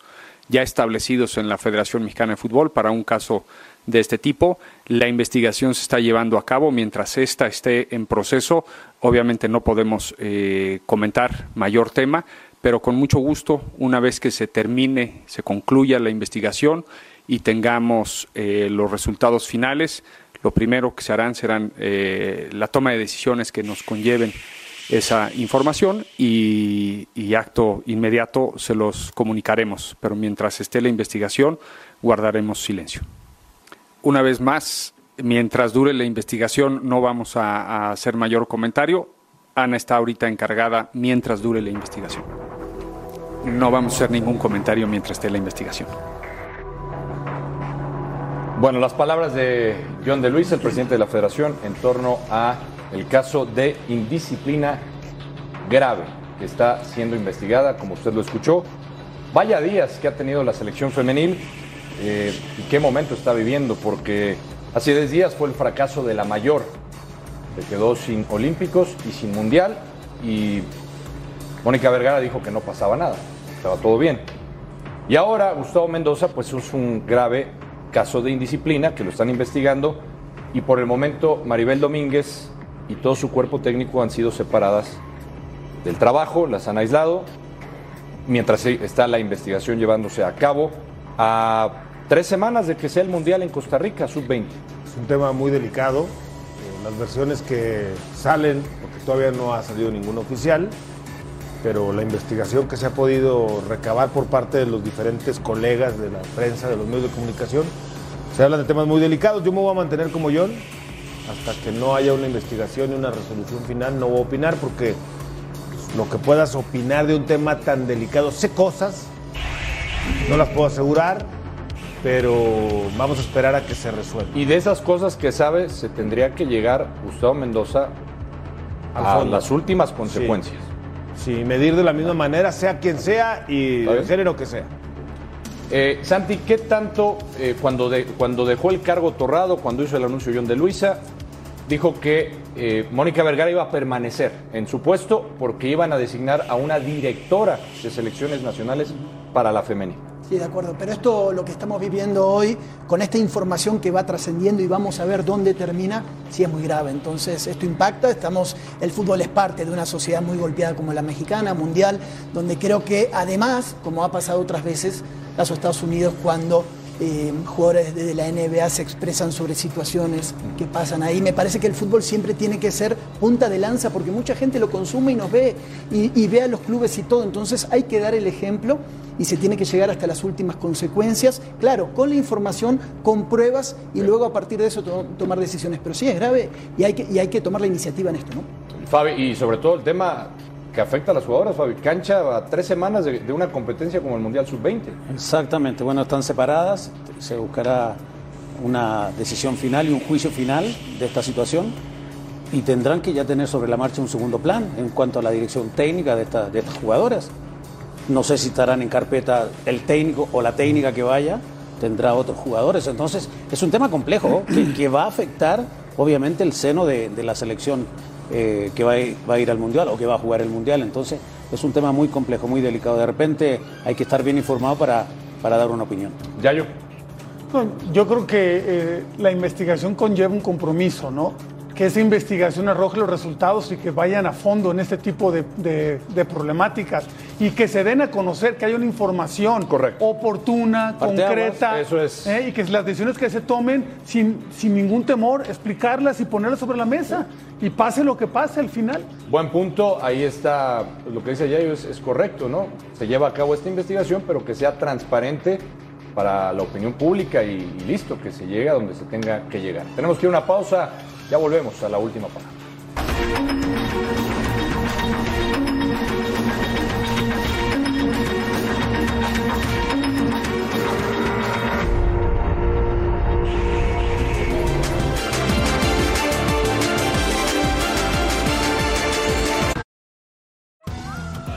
ya establecidos en la Federación Mexicana de Fútbol para un caso de este tipo. La investigación se está llevando a cabo. Mientras esta esté en proceso, obviamente no podemos eh, comentar mayor tema, pero con mucho gusto, una vez que se termine, se concluya la investigación y tengamos eh, los resultados finales, lo primero que se harán serán eh, la toma de decisiones que nos conlleven esa información y, y acto inmediato se los comunicaremos, pero mientras esté la investigación guardaremos silencio. Una vez más, mientras dure la investigación no vamos a, a hacer mayor comentario. Ana está ahorita encargada mientras dure la investigación. No vamos a hacer ningún comentario mientras esté la investigación.
Bueno, las palabras de John de Luis, el presidente de la Federación, en torno a el caso de indisciplina grave que está siendo investigada, como usted lo escuchó. Vaya días que ha tenido la selección femenil eh, y qué momento está viviendo, porque hace 10 días fue el fracaso de la mayor. Se quedó sin Olímpicos y sin Mundial y Mónica Vergara dijo que no pasaba nada, estaba todo bien. Y ahora Gustavo Mendoza, pues es un grave caso de indisciplina que lo están investigando y por el momento Maribel Domínguez y todo su cuerpo técnico han sido separadas del e-, trabajo, las han aislado, mientras está la investigación llevándose a cabo. a tres semanas de que sea el Mundial en Costa Rica, sub-20.
Es un tema muy delicado. Eh, Las versiones que salen, porque todavía no ha salido ninguna oficial, pero la investigación que se ha podido recabar por parte de los diferentes colegas de la prensa, de los medios de comunicación, se hablan de temas muy delicados. Yo me voy a mantener como John hasta que no haya una investigación y una resolución final. No voy a opinar porque lo que puedas opinar de un tema tan delicado, sé cosas, no las puedo asegurar, pero vamos a esperar a que se resuelva.
Y de esas cosas que sabe, se tendría que llegar Gustavo Mendoza
Al
a
fondo.
las últimas consecuencias.
Sí, medir de la misma manera, sea quien sea y
¿Está
del
bien?
género que sea.
Eh, Santi, ¿qué tanto eh, cuando, de- cuando dejó el cargo Torrado, cuando hizo el anuncio John de Luisa, dijo que eh, Mónica Vergara iba a permanecer en su puesto porque iban a designar a una directora de selecciones nacionales para la femenina?
Sí, de acuerdo. Pero esto, lo que estamos viviendo hoy, con esta información que va trascendiendo y vamos a ver dónde termina, sí es muy grave. Entonces, esto impacta. Estamos, el fútbol es parte de una sociedad muy golpeada como la mexicana, mundial, donde creo que además, como ha pasado otras veces, caso Estados Unidos cuando eh, jugadores de la NBA se expresan sobre situaciones que pasan ahí. Me parece que el fútbol siempre tiene que ser punta de lanza porque mucha gente lo consume y nos ve y, y ve a los clubes y todo. Entonces hay que dar el ejemplo y se tiene que llegar hasta las últimas consecuencias, claro, con la información, con pruebas y luego a partir de eso to- tomar decisiones. Pero sí es grave y hay que, y hay que tomar la iniciativa en esto, ¿no?
Fabi, y sobre todo el tema que afecta a las jugadoras, Fabi, cancha a tres semanas de, de una competencia como el Mundial Sub-20.
Exactamente, bueno, están separadas, se buscará una decisión final y un juicio final de esta situación y tendrán que ya tener sobre la marcha un segundo plan en cuanto a la dirección técnica de, esta- de estas jugadoras. No sé si estarán en carpeta el técnico o la técnica que vaya, tendrá otros jugadores. Entonces, es un tema complejo que, que va a afectar, obviamente, el seno de, de la selección eh, que va a, ir, va a ir al Mundial o que va a jugar el Mundial. Entonces, es un tema muy complejo, muy delicado. De repente, hay que estar bien informado para, para dar una opinión.
Ya yo.
No, yo creo que eh, la investigación conlleva un compromiso, ¿no? Que esa investigación arroje los resultados y que vayan a fondo en este tipo de, de- de problemáticas y que se den a conocer que hay una información oportuna,
Parteaguas,
concreta
eso es.
¿eh? y que las decisiones que se tomen sin, sin ningún temor, explicarlas y ponerlas sobre la mesa y pase lo que pase al final.
Buen punto, ahí está, pues, lo que dice Yayo es, es correcto, ¿no? Se lleva a cabo esta investigación, pero que sea transparente para la opinión pública y, y listo, que se llegue a donde se tenga que llegar. Tenemos que ir a una pausa, ya volvemos a la última pausa.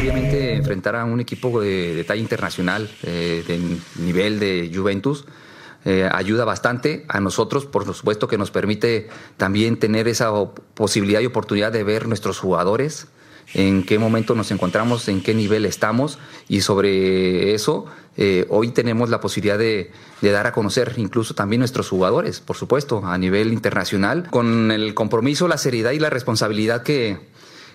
Obviamente enfrentar a un equipo de, de talla internacional, eh, de nivel de Juventus, eh, ayuda bastante a nosotros, por supuesto que nos permite también tener esa op- posibilidad y oportunidad de ver nuestros jugadores, en qué momento nos encontramos, en qué nivel estamos y sobre eso eh, hoy tenemos la posibilidad de, de dar a conocer incluso también nuestros jugadores, por supuesto, a nivel internacional, con el compromiso, la seriedad y la responsabilidad que,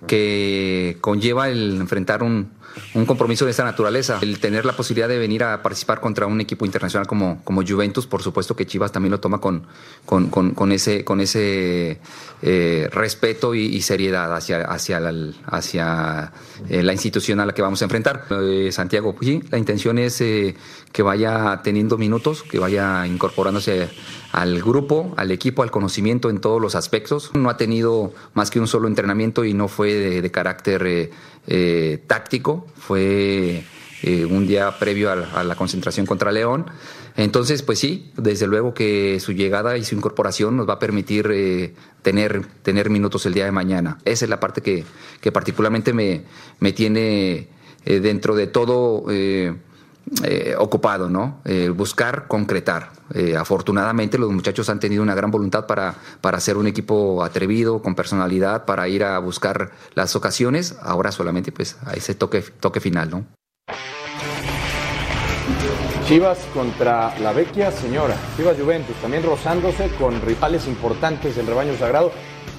que conlleva el enfrentar un, un compromiso de esta naturaleza. El tener la posibilidad de venir a participar contra un equipo internacional como, como Juventus, por supuesto que Chivas también lo toma con, con, con- con ese, con ese eh, respeto y, y seriedad hacia, hacia, la, hacia eh, la institución a la que vamos a enfrentar. Lo de Santiago, pues sí, la intención es eh, que vaya teniendo minutos, que vaya incorporándose al grupo, al equipo, al conocimiento en todos los aspectos. No ha tenido más que un solo entrenamiento y no fue de, de carácter eh, eh, táctico, fue eh, un día previo a la, a la concentración contra León. Entonces, pues sí, desde luego que su llegada y su incorporación nos va a permitir eh, tener, tener minutos el día de mañana. Esa es la parte que, que particularmente me, me tiene eh, dentro de todo... eh, eh, ocupado, ¿no? Eh, buscar concretar. Eh, afortunadamente los muchachos han tenido una gran voluntad para, para ser un equipo atrevido, con personalidad, para ir a buscar las ocasiones. Ahora solamente pues a ese toque, toque final, ¿no?
Chivas contra la vecchia señora. Chivas Juventus, también rozándose con rivales importantes del rebaño sagrado.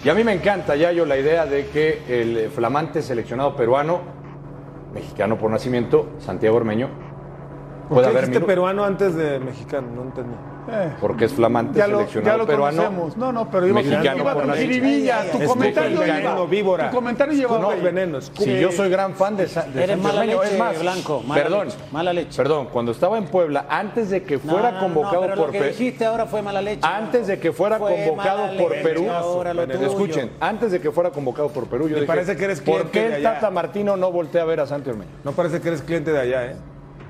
Y a mí me encanta, Yayo, la idea de que el eh, flamante seleccionado peruano, mexicano por nacimiento, Santiago Ormeño,
¿Por
pueda
qué
haber
dijiste
minutos.
peruano antes de mexicano? No entendí.
Eh,
Porque es flamante
Ya lo-
seleccionado
ya lo
peruano.
conocemos.
No, no, pero iba
mexicano
iba
por
con
nacimiento.
jiribilla. Tu
Es
comentario
mexicano,
lleva-
víbora.
Tu comentario lleva
No,
ahí.
venenos. Si
Sí.
yo soy gran fan de, Sa- de
Eres
Santi
mala
Ormeño,
leche,
es más,
Blanco, mala
perdón,
leche, mala leche.
Perdón, cuando estaba en Puebla, antes de que
No,
fuera
no, no,
convocado
pero
por
lo que
Pe-
dijiste ahora fue mala leche.
Antes de que fuera
Fue mala
convocado por
leche
Perú,
ahora lo tuyo.
escuchen, antes de que fuera convocado por Perú, yo
Me
dije,
parece que eres
¿por
cliente
qué
de
el
allá?
Tata Martino no voltea a ver a Santi Ormeño?
No parece que eres cliente de allá, ¿eh?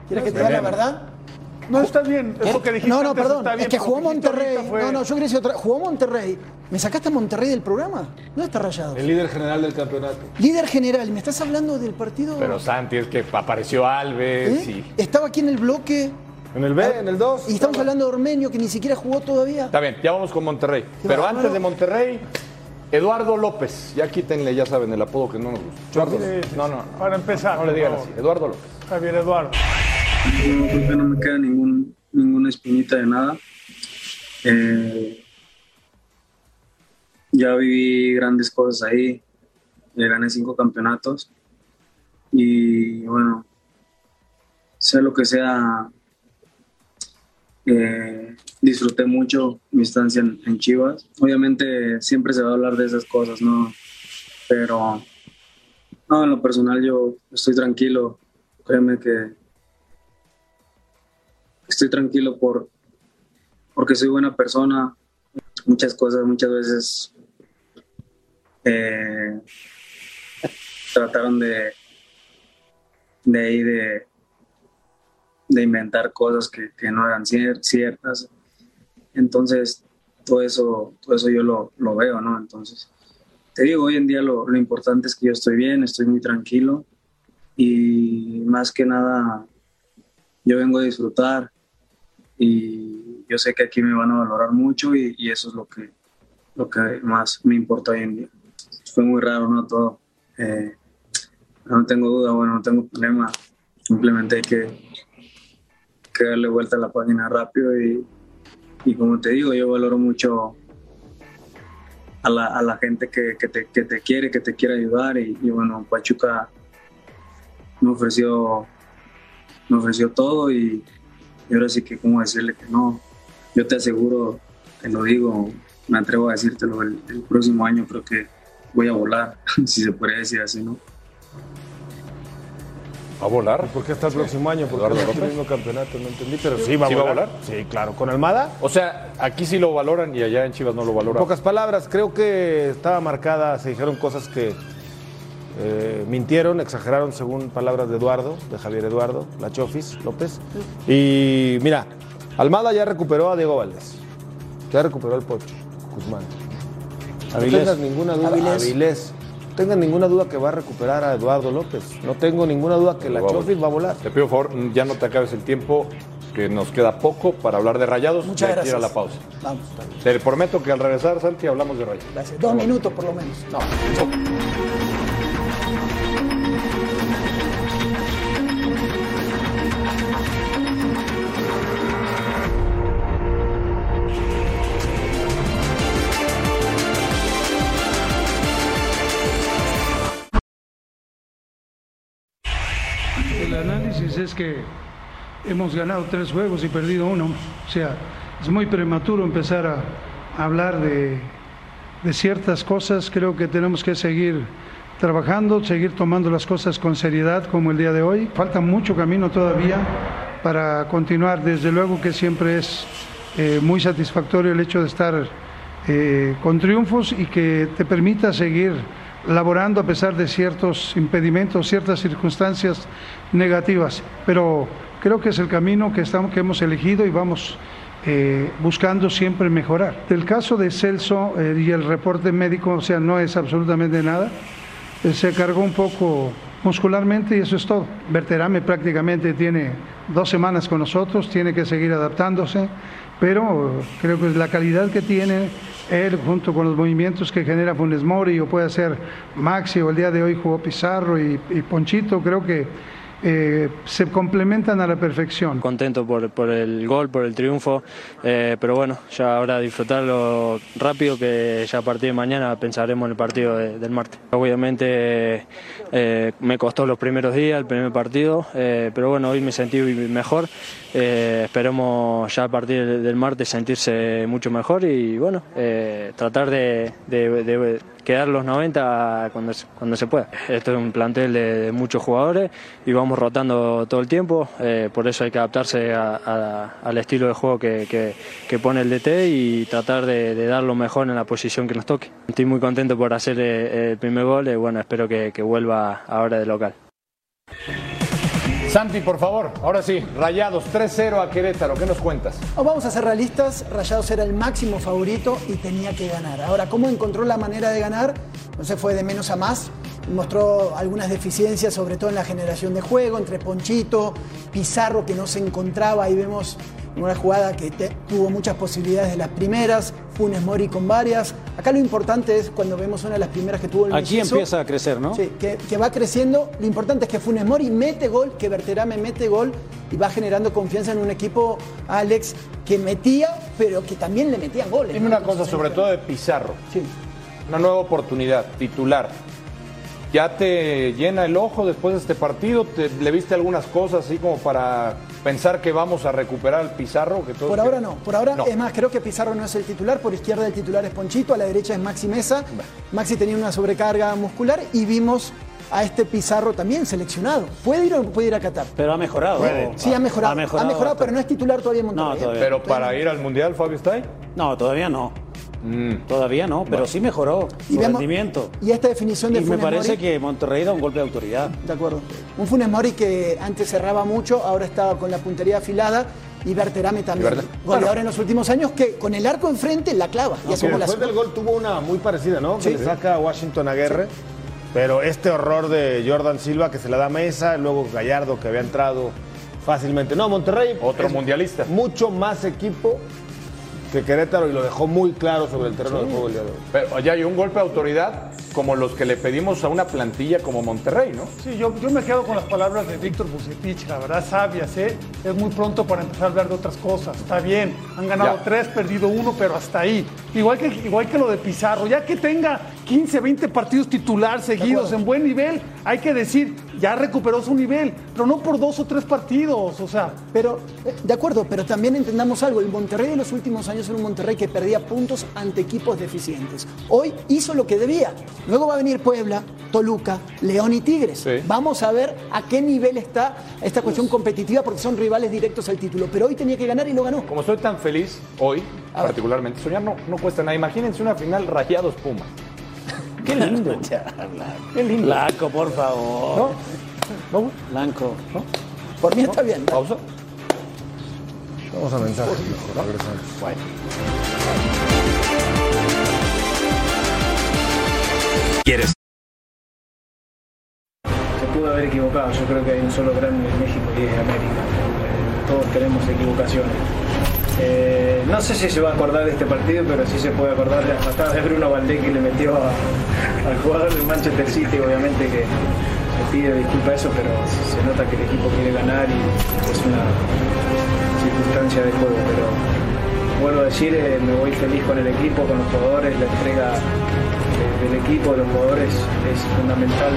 ¿Quieres que te diga la verdad?
No, está bien.
Eso que dijiste
no, no,
antes
perdón.
está bien,
es que
pero
jugó
lo que dijiste
Monterrey.
ahorita fue-
No, no, yo quería decir otra. Jugó Monterrey. ¿Me sacaste a Monterrey del programa? No está rayado.
El líder general del campeonato.
Líder general, ¿me estás hablando del partido?
Pero Santi es que apareció Alves y
Estaba aquí en el bloque.
En el B, en el 2.
Y estamos hablando de Ormeño, que ni siquiera jugó todavía.
Está bien, ya vamos con Monterrey.
Qué
Pero
bárbaro.
antes de Monterrey, Eduardo López. Ya quítenle, ya saben, el apodo que no nos gusta. Eduardo López. No, no, no.
Para empezar.
No le digan
por
así. Eduardo López.
favor. Javier Eduardo.
No, creo que no me queda ningún, ninguna espinita de nada. Eh, ya viví grandes cosas ahí. Le gané cinco campeonatos. Y bueno, sea lo que sea, eh, disfruté mucho mi estancia en, en Chivas. Obviamente siempre se va a hablar de esas cosas, ¿no? Pero no, en lo personal yo estoy tranquilo. Créeme que estoy tranquilo por porque soy buena persona. Muchas cosas, muchas veces eh, trataron de de ahí de, de inventar cosas que, que no eran cier- ciertas. Entonces, todo eso, todo eso yo lo, lo veo, ¿no? Entonces, te digo, hoy en día lo, lo importante es que yo estoy bien, estoy muy tranquilo y más que nada yo vengo a disfrutar y yo sé que aquí me van a valorar mucho y, y eso es lo que, lo que más me importa hoy en día. Fue muy raro, ¿no? Todo. Eh, no tengo duda, bueno, no tengo problema. Simplemente hay que, que darle vuelta a la página rápido y, y como te digo, yo valoro mucho a la, a la gente que, que te, que te quiere, que te quiere ayudar y, y bueno, Pachuca me ofreció, me ofreció todo y, y ahora sí que como decirle que no, yo te aseguro, te lo digo, me atrevo a decírtelo, el, el próximo año creo que voy a volar, si se puede decir así, ¿no?
¿Va a volar?
¿Por qué hasta el próximo año? ¿Por qué
Eduardo
no es el
López.
mismo campeonato? No entendí, pero sí va,
¿Sí
a,
va a
volar.
volar?
Sí, claro. ¿Con Almada?
O sea, aquí sí lo valoran y allá en Chivas no lo
En
valoran.
pocas palabras, creo que estaba marcada, se dijeron cosas que eh, mintieron, exageraron según palabras de Eduardo, de Javier Eduardo, la Chofis López. Y mira, Almada ya recuperó a Diego Valdés, ya recuperó al Pocho Guzmán. No
Avilés.
tengas ninguna duda,
Avilés.
Avilés. No tengas ninguna duda que va a recuperar a Eduardo López. No tengo ninguna duda que la
Va a
Chofis va a volar.
Te pido por favor, ya no te acabes el tiempo, que nos queda poco para hablar de rayados.
Muchas
De aquí
gracias.
a la pausa.
Vamos.
Te prometo que al regresar, Santi, hablamos de rayados.
Gracias. Dos minutos por lo menos. No.
El análisis es que hemos ganado tres juegos y perdido uno. O sea, es muy prematuro empezar a, a hablar de, de ciertas cosas. Creo que tenemos que seguir trabajando, seguir tomando las cosas con seriedad como el día de hoy. Falta mucho camino todavía para continuar. Desde luego que siempre es eh, muy satisfactorio el hecho de estar eh, con triunfos y que te permita seguir laborando a pesar de ciertos impedimentos, ciertas circunstancias negativas. Pero creo que es el camino que, estamos, que hemos elegido y vamos eh, buscando siempre mejorar. El caso de Celso eh, y el reporte médico, o sea, no es absolutamente nada. Eh, se cargó un poco muscularmente y eso es todo. Berterame prácticamente tiene dos semanas con nosotros, tiene que seguir adaptándose, pero creo que la calidad que tiene él junto con los movimientos que genera Funes Mori o puede hacer Maxi o el día de hoy jugó Pizarro y, y Ponchito, creo que eh, se complementan a la perfección.
Contento por, por el gol, por el triunfo, eh, pero bueno, ya ahora disfrutarlo rápido, que ya a partir de mañana pensaremos en el partido de- del martes. Obviamente eh, me costó los primeros días, el primer partido, eh, pero bueno, hoy me sentí mejor. Eh, esperemos ya a partir del, del martes sentirse mucho mejor y bueno, eh, tratar de- de- de quedar los 90 cuando, se- cuando se pueda. Esto es un plantel de, de muchos jugadores y vamos rotando todo el tiempo, eh, por eso hay que adaptarse a- a- al estilo de juego que, que- que pone el DT y tratar de, de dar lo mejor en la posición que nos toque. Estoy muy contento por hacer eh, el primer gol y bueno, espero que, que vuelva ahora de local.
Santi, por favor, ahora sí, Rayados 3-0 a Querétaro, ¿qué nos cuentas?
O Vamos a ser realistas, Rayados era el máximo favorito y tenía que ganar. Ahora, ¿cómo encontró la manera de ganar? No se fue de menos a más. Mostró algunas deficiencias, sobre todo en la generación de juego, entre Ponchito, Pizarro, que no se encontraba. Ahí vemos una jugada que te- tuvo muchas posibilidades de las primeras, Funes Mori con varias. Acá lo importante es cuando vemos una de las primeras que tuvo el
Aquí
mellizo,
empieza a crecer, ¿no?
Sí, que, que va creciendo. Lo importante es que Funes Mori mete gol, que Berterame mete gol y va generando confianza en un equipo, Alex, que metía, pero que también le metían goles.
Dime una cosa, sobre todo de Pizarro. Una nueva oportunidad, titular. ¿Ya te llena el ojo después de este partido? ¿Te- ¿Le viste algunas cosas así como para pensar que vamos a recuperar al Pizarro? Que todos
Por ahora no, por ahora
No.
es más, creo que Pizarro no es el titular, por izquierda el titular es Ponchito, a la derecha es Maxi Mesa. Maxi tenía una sobrecarga muscular y vimos a este Pizarro también seleccionado. ¿Puede ir o no puede ir a Qatar?
Pero ha mejorado.
Sí, ha mejorado. Ha mejorado,
hasta-
pero no es titular todavía en Monterrey. ¿eh?
No, todavía.
Pero para ir al Mundial, Fabio, ¿está ahí? Mm.
No, todavía no. Todavía no, pero sí mejoró
Y
su
veamos-
rendimiento.
Y esta definición de
Y me
Funes Mori-
parece que Monterrey da un golpe de autoridad.
De acuerdo. Un Funes Mori que antes cerraba mucho, ahora está con la puntería afilada. Y Berterame también.
Y Berter-
Goleador
Bueno.
en los últimos años que con el arco enfrente la clava. y hace
Aunque
golazo.
después del gol tuvo una muy parecida, ¿no?
Sí.
Que le saca a Washington Aguerre. Pero este horror de Jordan Silva que se la da a Mesa, luego Gallardo que había entrado fácilmente. No, Monterrey. Otro mundialista. Mucho más equipo que Querétaro y lo dejó muy claro sobre el terreno
Sí.
del juego el día de hoy.
Pero ya hay un golpe de autoridad como los que le pedimos a una plantilla como Monterrey, ¿no?
Sí, yo, yo me quedo con las palabras de Víctor Bucetich, la verdad, sabias, ¿eh? Es muy pronto para empezar a hablar de otras cosas. Está bien, han ganado
Ya.
tres, perdido uno, pero hasta ahí. Igual que, igual que lo de Pizarro, ya que tenga 15, 20 partidos titular seguidos en buen nivel, hay que decir, ya recuperó su nivel, pero no por dos o tres partidos, o sea.
Pero, eh, de acuerdo, pero también entendamos algo. El Monterrey de los últimos años era un Monterrey que perdía puntos ante equipos deficientes. Hoy hizo lo que debía. Luego va a venir Puebla, Toluca, León y Tigres. Vamos a ver a qué nivel está esta cuestión competitiva porque son rivales directos al título. Pero hoy tenía que ganar y lo ganó.
Como estoy tan feliz hoy, particularmente, soñar no, no cuesta nada. Imagínense una final rayados Pumas. Qué lindo. Qué lindo.
Blanco, por favor.
¿No?
Blanco.
Por mí está bien.
Pausa.
Vamos a mensaje. Regresamos.
¿Quieres?
Se pudo haber equivocado, yo creo que hay un solo grande en México y es América. Eh, Todos tenemos equivocaciones. Eh, no sé si se va a acordar de este partido, pero sí se puede acordar de la patada de Bruno Valdés que le metió a- al jugador del Manchester City. Obviamente que se pide disculpa eso, pero se nota que el equipo quiere ganar y es una circunstancia de juego. Pero vuelvo a decir, eh, me voy feliz con el equipo, con los jugadores, la entrega de- del equipo, de los jugadores, es fundamental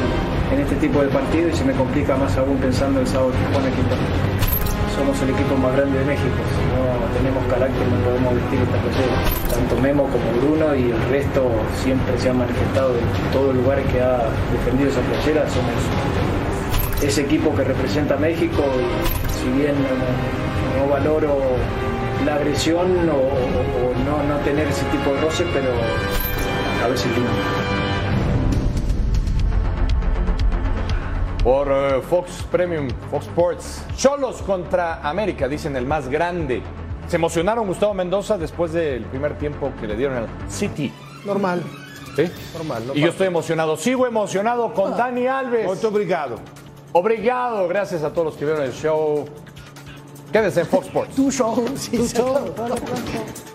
en este tipo de partidos y se me complica más aún pensando el sábado que pone que somos el equipo más grande de México. Si no tenemos carácter, no podemos vestir esta playera. Tanto Memo como Bruno y el resto siempre se han manifestado de todo lugar que ha defendido esa playera. Somos ese equipo que representa a México y si bien no, no valoro la agresión o, o- o no, no tener ese tipo de roces, pero a ver si
Por eh, Fox Premium, Fox Sports. Cholos contra América, dicen el más grande. Se emocionaron Gustavo Mendoza después del primer tiempo que le dieron al City.
Normal.
¿Sí? y yo estoy emocionado, sigo emocionado con Dani Alves. Mucho obrigado. Obrigado, gracias a todos los que vieron el show. Quédense en Fox Sports.
Tu show, sí, tu show.